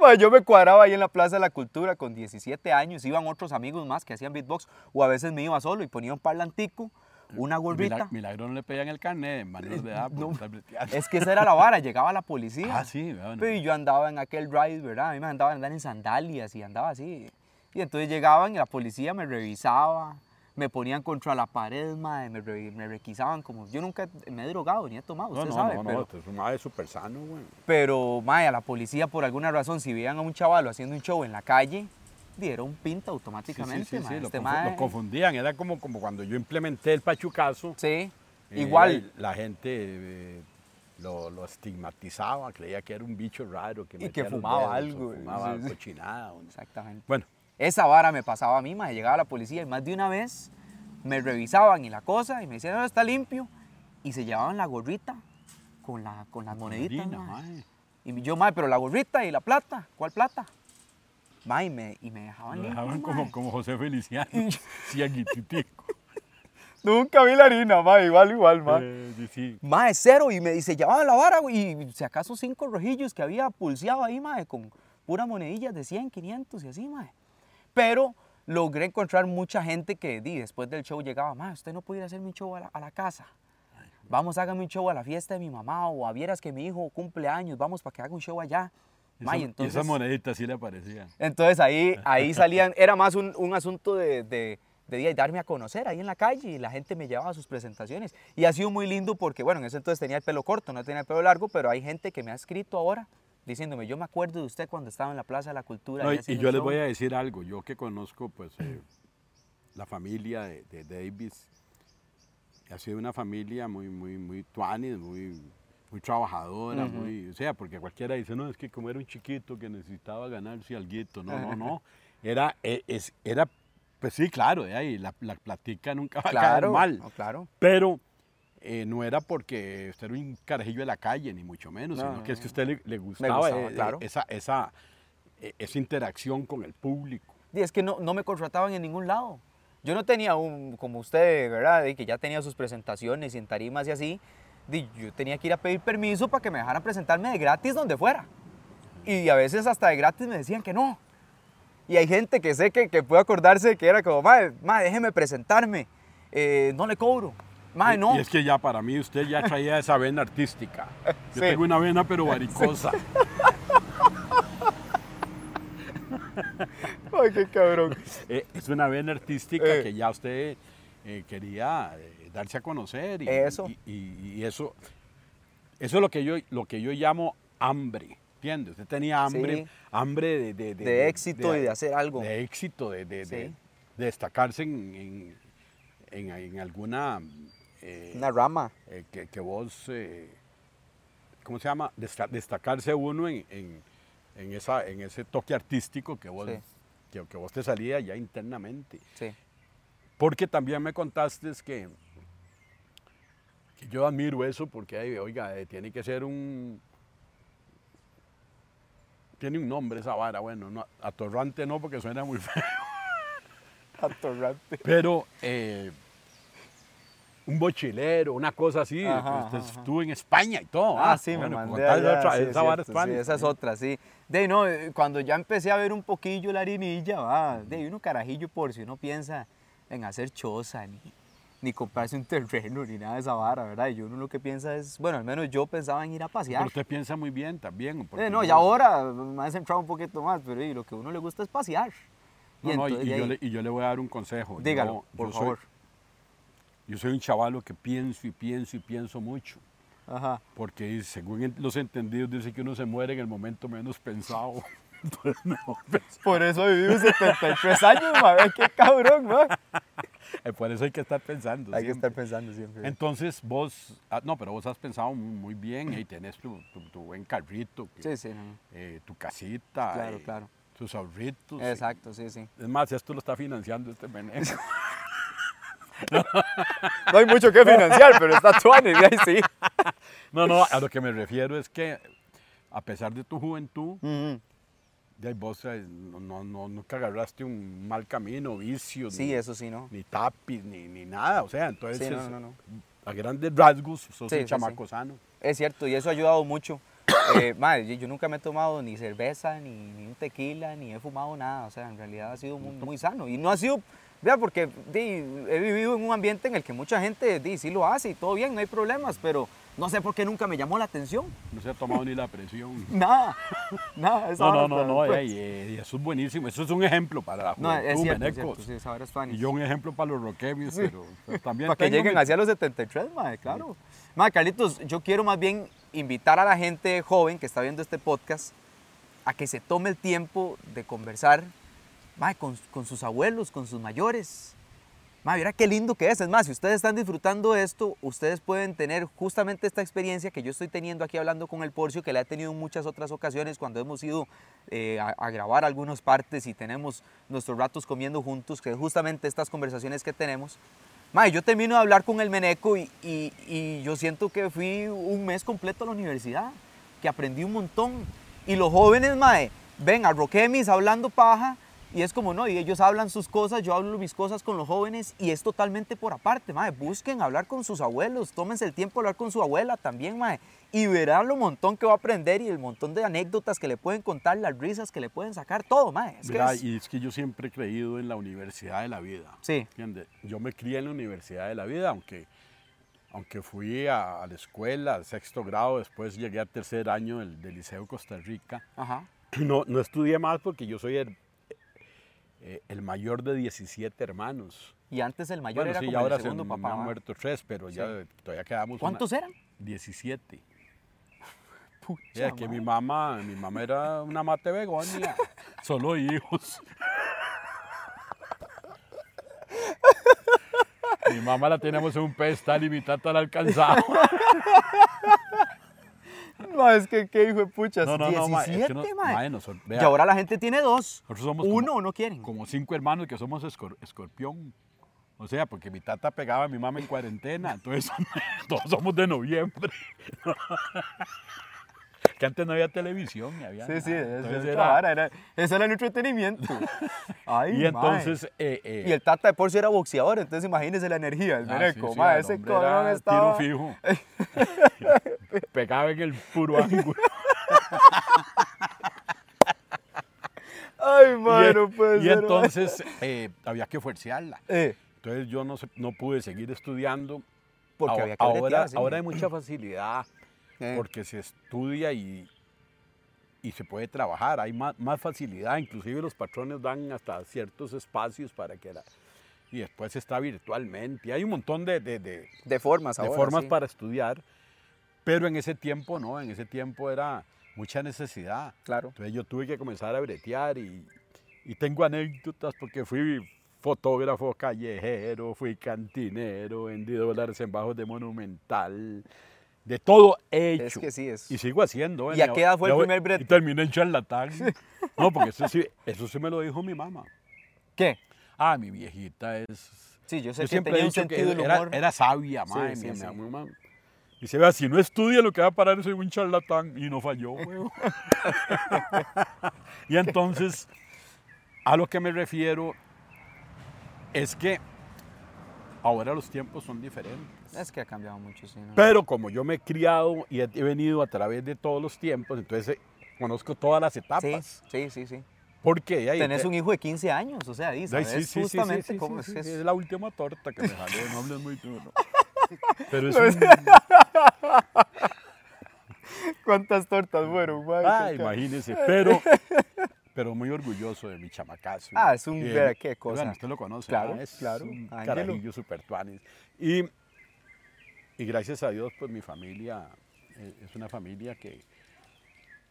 Speaker 1: Ma, yo me cuadraba ahí en la Plaza de la Cultura con 17 años, iban otros amigos más que hacían beatbox, o a veces me iba solo y ponía un parlantico, una gorrita.
Speaker 2: Milag- Milagro no le pegan el carnet, manos pues, de
Speaker 1: [LAUGHS]
Speaker 2: edad. por estar breteando.
Speaker 1: Es que esa era la vara, llegaba la policía.
Speaker 2: Ah, sí, bueno.
Speaker 1: Pero yo andaba en aquel ride, ¿verdad? A mí me andaba andar en sandalias y andaba así. Y entonces llegaban y la policía me revisaba, me ponían contra la pared, madre, me, re- me requisaban como... Yo nunca me he drogado ni he tomado,
Speaker 2: No,
Speaker 1: usted
Speaker 2: no,
Speaker 1: sabe,
Speaker 2: no, no,
Speaker 1: pero...
Speaker 2: esto es un ave súper sano, güey.
Speaker 1: Pero, mae, a la policía, por alguna razón, si veían a un chavalo haciendo un show en la calle, dieron pinta
Speaker 2: Sí, sí,
Speaker 1: automáticamente,
Speaker 2: sí, sí,
Speaker 1: mae.
Speaker 2: lo,
Speaker 1: Este
Speaker 2: confu-
Speaker 1: mae-
Speaker 2: lo confundían. Era como, como cuando yo implementé el pachucazo.
Speaker 1: Sí,
Speaker 2: Eh,
Speaker 1: igual.
Speaker 2: La gente eh, lo, lo estigmatizaba, creía que era un bicho raro. Que
Speaker 1: Y que
Speaker 2: metía los
Speaker 1: fumaba
Speaker 2: dedos, o
Speaker 1: algo, eh,
Speaker 2: Fumaba
Speaker 1: sí, sí.
Speaker 2: cochinada. o no sé.
Speaker 1: Exactamente.
Speaker 2: Bueno,
Speaker 1: Esa vara me pasaba a mí, mae. Llegaba la policía y más de una vez me revisaban y la cosa y me decían, no, está limpio. Y se llevaban la gorrita con, la, con las moneditas,
Speaker 2: Marina,
Speaker 1: mae.
Speaker 2: mae.
Speaker 1: Y yo, mae, pero la gorrita y la plata, ¿cuál plata? Mae, y me, y me dejaban
Speaker 2: Lo
Speaker 1: limpio,
Speaker 2: dejaban
Speaker 1: mae.
Speaker 2: como, como
Speaker 1: [LAUGHS]
Speaker 2: José Feliciano, [LAUGHS] ciaguititico.
Speaker 1: Nunca vi la harina, mae, igual, igual, mae.
Speaker 2: Eh, sí, sí.
Speaker 1: Mae, cero, y me dice, llevaban la vara, güey, y si acaso cinco rojillos que había pulseado ahí, mae, con puras monedillas de 100, 500 y así, mae. Pero logré encontrar mucha gente que di, después del show llegaba, mae, usted no puede ir a hacerme un show a la, a la casa. Vamos, hágame un show a la fiesta de mi mamá, o a vieras que mi hijo cumple años, vamos para que haga un show allá. Mae,
Speaker 2: Esa-
Speaker 1: entonces,
Speaker 2: Y esas moneditas sí le aparecían.
Speaker 1: entonces ahí,
Speaker 2: [LAUGHS]
Speaker 1: ahí salían, era más un, un asunto de, de, de día y darme a conocer ahí en la calle y la gente me llevaba a sus presentaciones. Y ha sido muy lindo porque, bueno, en ese entonces tenía el pelo corto, no tenía el pelo largo, pero hay gente que me ha escrito ahora diciéndome, yo me acuerdo de usted cuando estaba en la Plaza de la Cultura.
Speaker 2: No,
Speaker 1: ahí
Speaker 2: y, y
Speaker 1: haciendo
Speaker 2: yo
Speaker 1: el
Speaker 2: les
Speaker 1: show".
Speaker 2: voy a decir algo, yo que conozco pues eh, la familia de, de Davis, ha sido una familia muy, muy, muy tuanis, muy, muy trabajadora, muy, o sea, porque cualquiera dice, no, es que como era un chiquito que necesitaba ganarse alguito, no, no,
Speaker 1: [LAUGHS]
Speaker 2: no, era, eh, es, era, pues sí, claro, de ahí, la, la platica nunca va a
Speaker 1: Claro,
Speaker 2: caer mal,
Speaker 1: no, claro.
Speaker 2: pero... eh, no era porque usted era un carajillo de la calle, ni mucho menos,
Speaker 1: No,
Speaker 2: sino
Speaker 1: no,
Speaker 2: que es
Speaker 1: no.
Speaker 2: que a usted le, le gustaba,
Speaker 1: gustaba,
Speaker 2: eh,
Speaker 1: claro.
Speaker 2: esa, esa, e- esa interacción con el público.
Speaker 1: Y es que no, no me contrataban en ningún lado. Yo no tenía un, como usted, ¿verdad? Y que ya tenía sus presentaciones y en tarimas y así. Di, yo tenía que ir a pedir permiso para que me dejaran presentarme de gratis donde fuera. Y a veces hasta de gratis me decían que no. Y hay gente que sé que, que puede acordarse que era como, madre, déjeme presentarme. Eh, no le cobro. Madre,
Speaker 2: Y-
Speaker 1: no.
Speaker 2: Y es que ya para mí usted ya traía esa
Speaker 1: [LAUGHS]
Speaker 2: vena artística. Yo
Speaker 1: Sí.
Speaker 2: tengo una vena pero varicosa.
Speaker 1: Ay, qué
Speaker 2: [LAUGHS]
Speaker 1: cabrón.
Speaker 2: Eh, es una vena artística
Speaker 1: Eh.
Speaker 2: que ya usted eh, quería eh, darse a conocer. Y,
Speaker 1: Eso.
Speaker 2: Y, y- y eso, eso es lo que yo, lo que yo llamo hambre. ¿Entiendes? Usted tenía hambre,
Speaker 1: Sí.
Speaker 2: hambre de, de- de-
Speaker 1: De éxito y de hacer algo.
Speaker 2: De éxito, de, de- de-
Speaker 1: Sí.
Speaker 2: de destacarse en, en- en- en alguna... eh,
Speaker 1: Una rama.
Speaker 2: eh, que, que vos, eh, ¿cómo se llama? Desta- destacarse uno en, en- en esa, en ese toque artístico que vos,
Speaker 1: Sí.
Speaker 2: que, que vos te salía ya internamente.
Speaker 1: Sí.
Speaker 2: Porque también me contaste que, que yo admiro eso porque, ay, oiga, eh, tiene que ser un... Tiene un nombre esa vara, bueno, no, atorrante no porque suena muy [LAUGHS] feo.
Speaker 1: Atorrante.
Speaker 2: Pero eh, un mochilero, una cosa así.
Speaker 1: Ajá,
Speaker 2: este,
Speaker 1: ajá, ajá.
Speaker 2: Estuve en España y todo.
Speaker 1: Ah,
Speaker 2: ah,
Speaker 1: sí,
Speaker 2: bueno,
Speaker 1: me mandé
Speaker 2: contarle
Speaker 1: allá,
Speaker 2: otra-
Speaker 1: sí,
Speaker 2: esa
Speaker 1: es
Speaker 2: vara
Speaker 1: cierto,
Speaker 2: hispánica.
Speaker 1: sí, esa es otra, sí. De ahí, no, eh, cuando ya empecé a ver un poquillo la harinilla, va, de ahí, uno carajillo por si uno piensa en hacer choza, ni, ni comprarse un terreno, ni nada de esa vara, ¿verdad? Y uno lo que piensa es, bueno, al menos yo pensaba en ir a
Speaker 2: Pero
Speaker 1: pasear.
Speaker 2: usted piensa muy bien también. porque
Speaker 1: Eh, no, y
Speaker 2: yo-
Speaker 1: ahora me ha centrado un poquito más, pero y, lo que a uno le gusta es pasear.
Speaker 2: no, no, y-
Speaker 1: entonces,
Speaker 2: y,
Speaker 1: de
Speaker 2: yo
Speaker 1: ahí,
Speaker 2: le, y yo le voy a dar un consejo.
Speaker 1: dígalo,
Speaker 2: yo,
Speaker 1: por
Speaker 2: yo soy-
Speaker 1: favor.
Speaker 2: yo soy un chavalo que pienso y pienso y pienso mucho.
Speaker 1: Ajá.
Speaker 2: Porque según en- los entendidos, dice que uno se muere en el momento menos pensado. [LAUGHS] Entonces, mejor pensar.
Speaker 1: Por eso viví 73 años, madre, qué cabrón, ¿no?
Speaker 2: Eh, Por eso hay que estar pensando.
Speaker 1: Hay que
Speaker 2: siempre.
Speaker 1: estar pensando siempre.
Speaker 2: Entonces vos, ah, no, pero vos has pensado mu- muy bien y tenés tu, tu- tu buen carrito, que-
Speaker 1: Sí, sí, no.
Speaker 2: eh, tu casita,
Speaker 1: Claro,
Speaker 2: eh,
Speaker 1: claro.
Speaker 2: tus ahorritos. eh. y-
Speaker 1: Exacto, [LAUGHS] sí, sí.
Speaker 2: Es más, esto lo está financiando
Speaker 1: [LAUGHS]
Speaker 2: este menejo.
Speaker 1: No hay mucho que financiar, pero está Tuani, de ahí sí.
Speaker 2: no, no,
Speaker 1: Pues
Speaker 2: a lo que me refiero es que a pesar de tu juventud, ya vos eh, no, no- no- nunca agarraste un mal camino, vicios,
Speaker 1: Sí,
Speaker 2: ni,
Speaker 1: eso sí, ¿no?
Speaker 2: ni tapis, ni, ni nada. O sea, entonces
Speaker 1: Sí, no, no, no.
Speaker 2: a grandes rasgos sos
Speaker 1: Sí,
Speaker 2: un
Speaker 1: sí, sí.
Speaker 2: chamaco sano.
Speaker 1: Es cierto, y eso ha ayudado mucho. [COUGHS] Eh, madre, yo- yo nunca me he tomado ni cerveza, ni, ni un tequila, ni he fumado nada. O sea, en realidad ha sido muy, muy sano. Y no ha sido, vea, porque di, he vivido en un ambiente en el que mucha gente di, sí lo hace y todo bien, no hay problemas, pero no sé por qué nunca me llamó la atención. [LAUGHS]
Speaker 2: No se ha tomado ni la presión.
Speaker 1: Nada, [LAUGHS] nada. esa
Speaker 2: No,
Speaker 1: vara
Speaker 2: no, no,
Speaker 1: hasta
Speaker 2: no,
Speaker 1: después.
Speaker 2: ey, ey, eso es buenísimo, eso es un ejemplo para la
Speaker 1: pues. No, es
Speaker 2: juventud,
Speaker 1: cierto, es
Speaker 2: menecos.
Speaker 1: cierto, sí, esa vara es funny.
Speaker 2: Y yo un ejemplo para los roquebios, pero pero también
Speaker 1: Para que
Speaker 2: tengo
Speaker 1: lleguen
Speaker 2: mi-
Speaker 1: hacia los 73, madre, claro. Madre, Carlitos, yo quiero más bien invitar a la gente joven que está viendo este podcast a que se tome el tiempo de conversar madre, con, con sus abuelos, con sus mayores. Madre, mira qué lindo que es. Es más, si ustedes están disfrutando esto, ustedes pueden tener justamente esta experiencia que yo estoy teniendo aquí hablando con el Porcio, que la he tenido en muchas otras ocasiones cuando hemos ido eh, a, a grabar algunas partes y tenemos nuestros ratos comiendo juntos, que es justamente estas conversaciones que tenemos. Madre, yo termino de hablar con el Meneco y, y- y yo siento que fui un mes completo a la universidad, que aprendí un montón. Y los jóvenes, madre, ven a Roquemis hablando paja y es como, no, y ellos hablan sus cosas, yo hablo mis cosas con los jóvenes y es totalmente por aparte, madre. Busquen hablar con sus abuelos, tómense el tiempo de hablar con su abuela también, madre. Y verán lo montón que va a aprender y el montón de anécdotas que le pueden contar, las risas que le pueden sacar, todo, madre. Es que
Speaker 2: Mira,
Speaker 1: es-
Speaker 2: y es que yo siempre he creído en la universidad de la vida.
Speaker 1: Sí.
Speaker 2: ¿entiende? Yo me crié en la universidad de la vida, aunque, aunque fui a, a la escuela, al sexto grado, después llegué al tercer año del, del Liceo Costa Rica.
Speaker 1: Ajá.
Speaker 2: No, no estudié más porque yo soy el, eh, el mayor de 17 hermanos.
Speaker 1: Y antes el mayor era
Speaker 2: sí,
Speaker 1: como
Speaker 2: ahora
Speaker 1: el
Speaker 2: se
Speaker 1: segundo
Speaker 2: me
Speaker 1: papá.
Speaker 2: han
Speaker 1: ¿va?
Speaker 2: muerto tres, pero ya todavía quedamos. una-
Speaker 1: ¿Cuántos eran?
Speaker 2: 17.
Speaker 1: [LAUGHS] Pucha,
Speaker 2: O sea, que mi mamá, mi mamá era una mate begonia.
Speaker 1: [LAUGHS]
Speaker 2: Solo hijos. [LAUGHS] Mi mamá la tenemos en un pedestal y mi tata la alcanzaba.
Speaker 1: [LAUGHS] No, es que qué hijo de puchas.
Speaker 2: No, no, no, ma, es que
Speaker 1: 17,
Speaker 2: no-
Speaker 1: mae.
Speaker 2: mae, nosotros-
Speaker 1: Y
Speaker 2: vea.
Speaker 1: ahora la gente tiene dos.
Speaker 2: Nosotros somos
Speaker 1: Uno
Speaker 2: como-
Speaker 1: no quieren.
Speaker 2: Como cinco hermanos que somos escor- escorpión. O sea, porque mi tata pegaba a mi mamá en cuarentena. Entonces, [LAUGHS] todos somos de noviembre. [LAUGHS] que antes no había televisión. Ni había
Speaker 1: Sí, sí,
Speaker 2: nada.
Speaker 1: es-
Speaker 2: Entonces
Speaker 1: es
Speaker 2: era-
Speaker 1: otra vara, era- eso era el [LAUGHS] entretenimiento. Ay,
Speaker 2: Y
Speaker 1: mae.
Speaker 2: entonces... eh, eh,
Speaker 1: Y el Tata de Porcio era boxeador, entonces imagínense la energía del
Speaker 2: Ah,
Speaker 1: meneco.
Speaker 2: sí, sí,
Speaker 1: mae,
Speaker 2: el
Speaker 1: ese
Speaker 2: hombre
Speaker 1: cabrón
Speaker 2: era
Speaker 1: estaba.
Speaker 2: Tiro
Speaker 1: [LAUGHS]
Speaker 2: fijo. Pegaba en el puro ángulo.
Speaker 1: Ay, mae,
Speaker 2: y, e-
Speaker 1: no puede
Speaker 2: y
Speaker 1: ser. mae.
Speaker 2: entonces eh, había que fuercearla.
Speaker 1: Eh,
Speaker 2: Entonces yo no, se- no pude seguir estudiando.
Speaker 1: Porque
Speaker 2: Ahora-
Speaker 1: había que
Speaker 2: ahora,
Speaker 1: bretear, sí.
Speaker 2: ahora hay mucha facilidad
Speaker 1: [CLEARS THROAT] Eh.
Speaker 2: porque se estudia y, y se puede trabajar. Hay más, más facilidad. Inclusive los patrones dan hasta ciertos espacios para que la... Y después está virtualmente. Y hay un montón de- de- de,
Speaker 1: de formas
Speaker 2: de
Speaker 1: ahora.
Speaker 2: formas
Speaker 1: sí.
Speaker 2: para estudiar, pero en ese tiempo no, en ese tiempo era mucha necesidad.
Speaker 1: Claro.
Speaker 2: Entonces yo tuve que comenzar a bretear y, y tengo anécdotas porque fui fotógrafo callejero, fui cantinero, vendí dólares en bajos de Monumental, de todo he hecho.
Speaker 1: Es que sí es.
Speaker 2: Y sigo haciendo. ¿eh?
Speaker 1: ¿Y a qué edad fue el
Speaker 2: ya voy-
Speaker 1: primer brete?
Speaker 2: Y terminé en charlatán. [LAUGHS] No, porque eso sí, eso sí me lo dijo mi mamá.
Speaker 1: ¿Qué?
Speaker 2: Ah, mi viejita es...
Speaker 1: Sí, yo sé que
Speaker 2: siempre
Speaker 1: tenía
Speaker 2: he
Speaker 1: un
Speaker 2: dicho
Speaker 1: sentido del
Speaker 2: que era,
Speaker 1: humor.
Speaker 2: era sabia, madre
Speaker 1: sí,
Speaker 2: mía,
Speaker 1: sí.
Speaker 2: mi mamá. Y se vea, si no estudia lo que va a parar soy un charlatán. Y
Speaker 1: [LAUGHS]
Speaker 2: no falló, huevo. [LAUGHS] y entonces, a lo que me refiero es que ahora los tiempos son diferentes.
Speaker 1: Es que ha cambiado mucho, sí. ¿no?
Speaker 2: Pero como yo me he criado y he venido a través de todos los tiempos, entonces eh, conozco todas las
Speaker 1: Sí,
Speaker 2: etapas.
Speaker 1: sí, sí, sí.
Speaker 2: Porque ahí
Speaker 1: Tenés un hijo de 15 años, o sea, ahí
Speaker 2: Ay,
Speaker 1: sabes
Speaker 2: sí, sí, sí,
Speaker 1: justamente
Speaker 2: sí, sí,
Speaker 1: cómo
Speaker 2: sí,
Speaker 1: es
Speaker 2: sí,
Speaker 1: eso.
Speaker 2: es la última torta que me jalé, no hables muy
Speaker 1: [LAUGHS]
Speaker 2: duro. Pero es un...
Speaker 1: ¿Cuántas tortas fueron, güey?
Speaker 2: Ah, imagínese,
Speaker 1: [LAUGHS]
Speaker 2: pero, pero muy orgulloso de mi chamacazo.
Speaker 1: Ah, es un-
Speaker 2: Y,
Speaker 1: vea, qué cosa.
Speaker 2: Bueno, usted lo conoce,
Speaker 1: Claro,
Speaker 2: ¿no? es
Speaker 1: claro,
Speaker 2: un
Speaker 1: Ángelo.
Speaker 2: carajillo super tuanis. Y, y gracias a Dios, pues mi familia eh, es una familia que,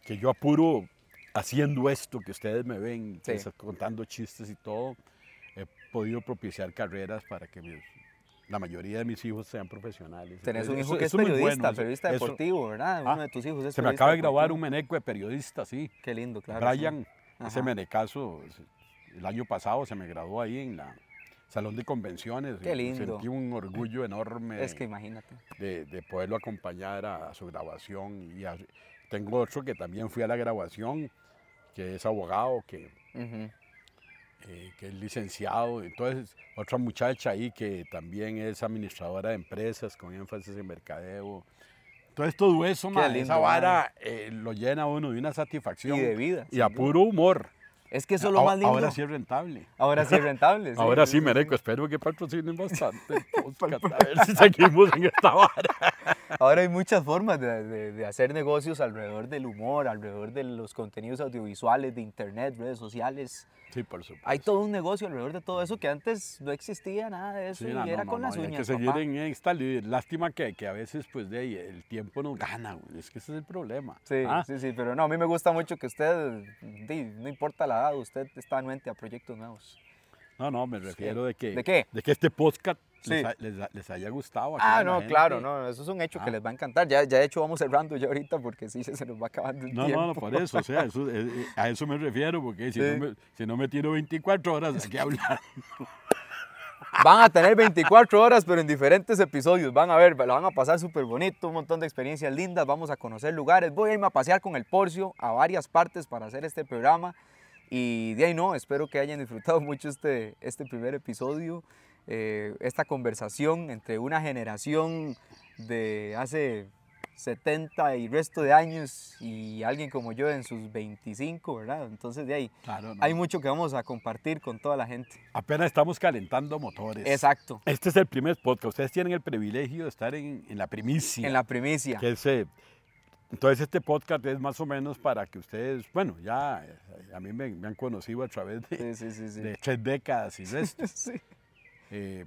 Speaker 2: que yo apuro haciendo esto que ustedes me ven, que
Speaker 1: Sí.
Speaker 2: está contando chistes y todo. He podido propiciar carreras para que mis- la mayoría de mis hijos sean profesionales.
Speaker 1: Tenés un
Speaker 2: Entonces,
Speaker 1: hijo
Speaker 2: eso-
Speaker 1: que es
Speaker 2: eso muy
Speaker 1: periodista,
Speaker 2: bueno, eso-
Speaker 1: periodista
Speaker 2: eso-
Speaker 1: deportivo, ¿verdad?
Speaker 2: Ah,
Speaker 1: Uno de tus hijos es
Speaker 2: Se me acaba de
Speaker 1: periodista
Speaker 2: grabar un
Speaker 1: deportivo.
Speaker 2: meneco de periodista, sí.
Speaker 1: Qué lindo, claro. sí.
Speaker 2: Brian, ese
Speaker 1: Ajá.
Speaker 2: menecaso, el año pasado se me graduó ahí en la Salón de Convenciones.
Speaker 1: Qué
Speaker 2: y
Speaker 1: lindo.
Speaker 2: Sentí un orgullo enorme
Speaker 1: Es que imagínate.
Speaker 2: de, de poderlo acompañar a, a su grabación. Y a- tengo otro que también fui a la grabación, que es abogado, que,
Speaker 1: Ujú.
Speaker 2: eh, que es licenciado. Entonces, otra muchacha ahí que también es administradora de empresas con énfasis en mercadeo. Entonces todo eso, man,
Speaker 1: lindo,
Speaker 2: esa vara eh, lo llena a uno de una satisfacción
Speaker 1: Y de vida,
Speaker 2: y
Speaker 1: sin
Speaker 2: a
Speaker 1: duda.
Speaker 2: puro humor.
Speaker 1: Es que eso es lo
Speaker 2: Ah,
Speaker 1: más lindo.
Speaker 2: Ahora sí es rentable.
Speaker 1: Ahora
Speaker 2: [LAUGHS]
Speaker 1: sí es rentable.
Speaker 2: Ahora sí, Mereco, espero que patrocinen bastante el
Speaker 1: [LAUGHS]
Speaker 2: podcast, a ver si seguimos en esta vara.
Speaker 1: Ahora hay muchas formas de, de- de hacer negocios alrededor del humor, alrededor de los contenidos audiovisuales, de internet, redes sociales.
Speaker 2: Sí, por supuesto.
Speaker 1: Hay todo un negocio alrededor de todo eso que antes no existía nada de eso
Speaker 2: Sí,
Speaker 1: y
Speaker 2: no,
Speaker 1: era
Speaker 2: no,
Speaker 1: con
Speaker 2: no,
Speaker 1: las
Speaker 2: no, y
Speaker 1: uñas.
Speaker 2: Hay que seguir
Speaker 1: papá.
Speaker 2: en esta lid- Lástima que, que a veces, pues, de ahí, el tiempo nos gana, güey, es que ese es el problema.
Speaker 1: Sí,
Speaker 2: Ah,
Speaker 1: sí, sí, pero no, a mí me gusta mucho que usted, di, no importa la edad, usted está anuente a proyectos nuevos.
Speaker 2: No, no, me refiero de que...
Speaker 1: ¿De qué?
Speaker 2: De que este podcast
Speaker 1: Sí.
Speaker 2: les, ha- les ha- les haya gustado.
Speaker 1: Ah,
Speaker 2: a toda la
Speaker 1: no,
Speaker 2: gente.
Speaker 1: claro, no, eso es un hecho que
Speaker 2: Ah.
Speaker 1: les va a encantar. Ya, ya de hecho vamos cerrando ya ahorita porque sí, ya se nos va acabando el
Speaker 2: No,
Speaker 1: tiempo.
Speaker 2: no, no, por eso, o sea, eso- eh, eh, a eso me refiero, porque
Speaker 1: Sí.
Speaker 2: si, no me, si no me tiro 24 horas
Speaker 1: [LAUGHS]
Speaker 2: aquí a hablar.
Speaker 1: Van a tener 24 horas, pero en diferentes episodios. Van a ver, lo van a pasar súper bonito, un montón de experiencias lindas. Vamos a conocer lugares. Voy a irme a pasear con el Porcio a varias partes para hacer este programa. Y de ahí no, espero que hayan disfrutado mucho este, este primer episodio, eh, esta conversación entre una generación de hace 70 y resto de años y alguien como yo en sus 25, ¿verdad? Entonces de ahí
Speaker 2: Claro, no.
Speaker 1: hay mucho que vamos a compartir con toda la gente.
Speaker 2: Apenas estamos calentando motores.
Speaker 1: Exacto.
Speaker 2: Este es el primer podcast. Ustedes tienen el privilegio de estar en, en la primicia.
Speaker 1: En la primicia.
Speaker 2: que es, eh, entonces este podcast es más o menos para que ustedes, bueno, ya eh, a mí me, me han conocido a través de,
Speaker 1: Sí, sí, sí, sí.
Speaker 2: de tres décadas y resto. [LAUGHS]
Speaker 1: Sí.
Speaker 2: Eh,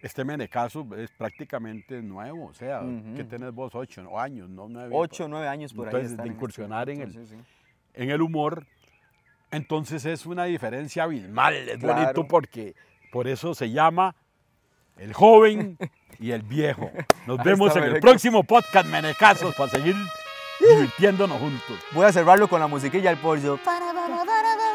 Speaker 2: este menecaso es prácticamente nuevo, o sea,
Speaker 1: Ujú.
Speaker 2: que tenés vos ocho ¿no? años, no nueve.
Speaker 1: Ocho, nueve años por ahí.
Speaker 2: Entonces,
Speaker 1: están
Speaker 2: de
Speaker 1: en este
Speaker 2: incursionar en
Speaker 1: momento,
Speaker 2: el-
Speaker 1: sí, sí.
Speaker 2: en el humor, entonces es una diferencia abismal. Es
Speaker 1: Claro.
Speaker 2: bonito porque por eso se llama el joven y el viejo. Nos
Speaker 1: Ahí
Speaker 2: vemos
Speaker 1: está,
Speaker 2: en el
Speaker 1: Menecas.
Speaker 2: próximo podcast Menecazos para seguir divirtiéndonos juntos.
Speaker 1: Voy a cerrarlo con la musiquilla del pollo.
Speaker 3: Ba-da-ba-da-ba-da-ba.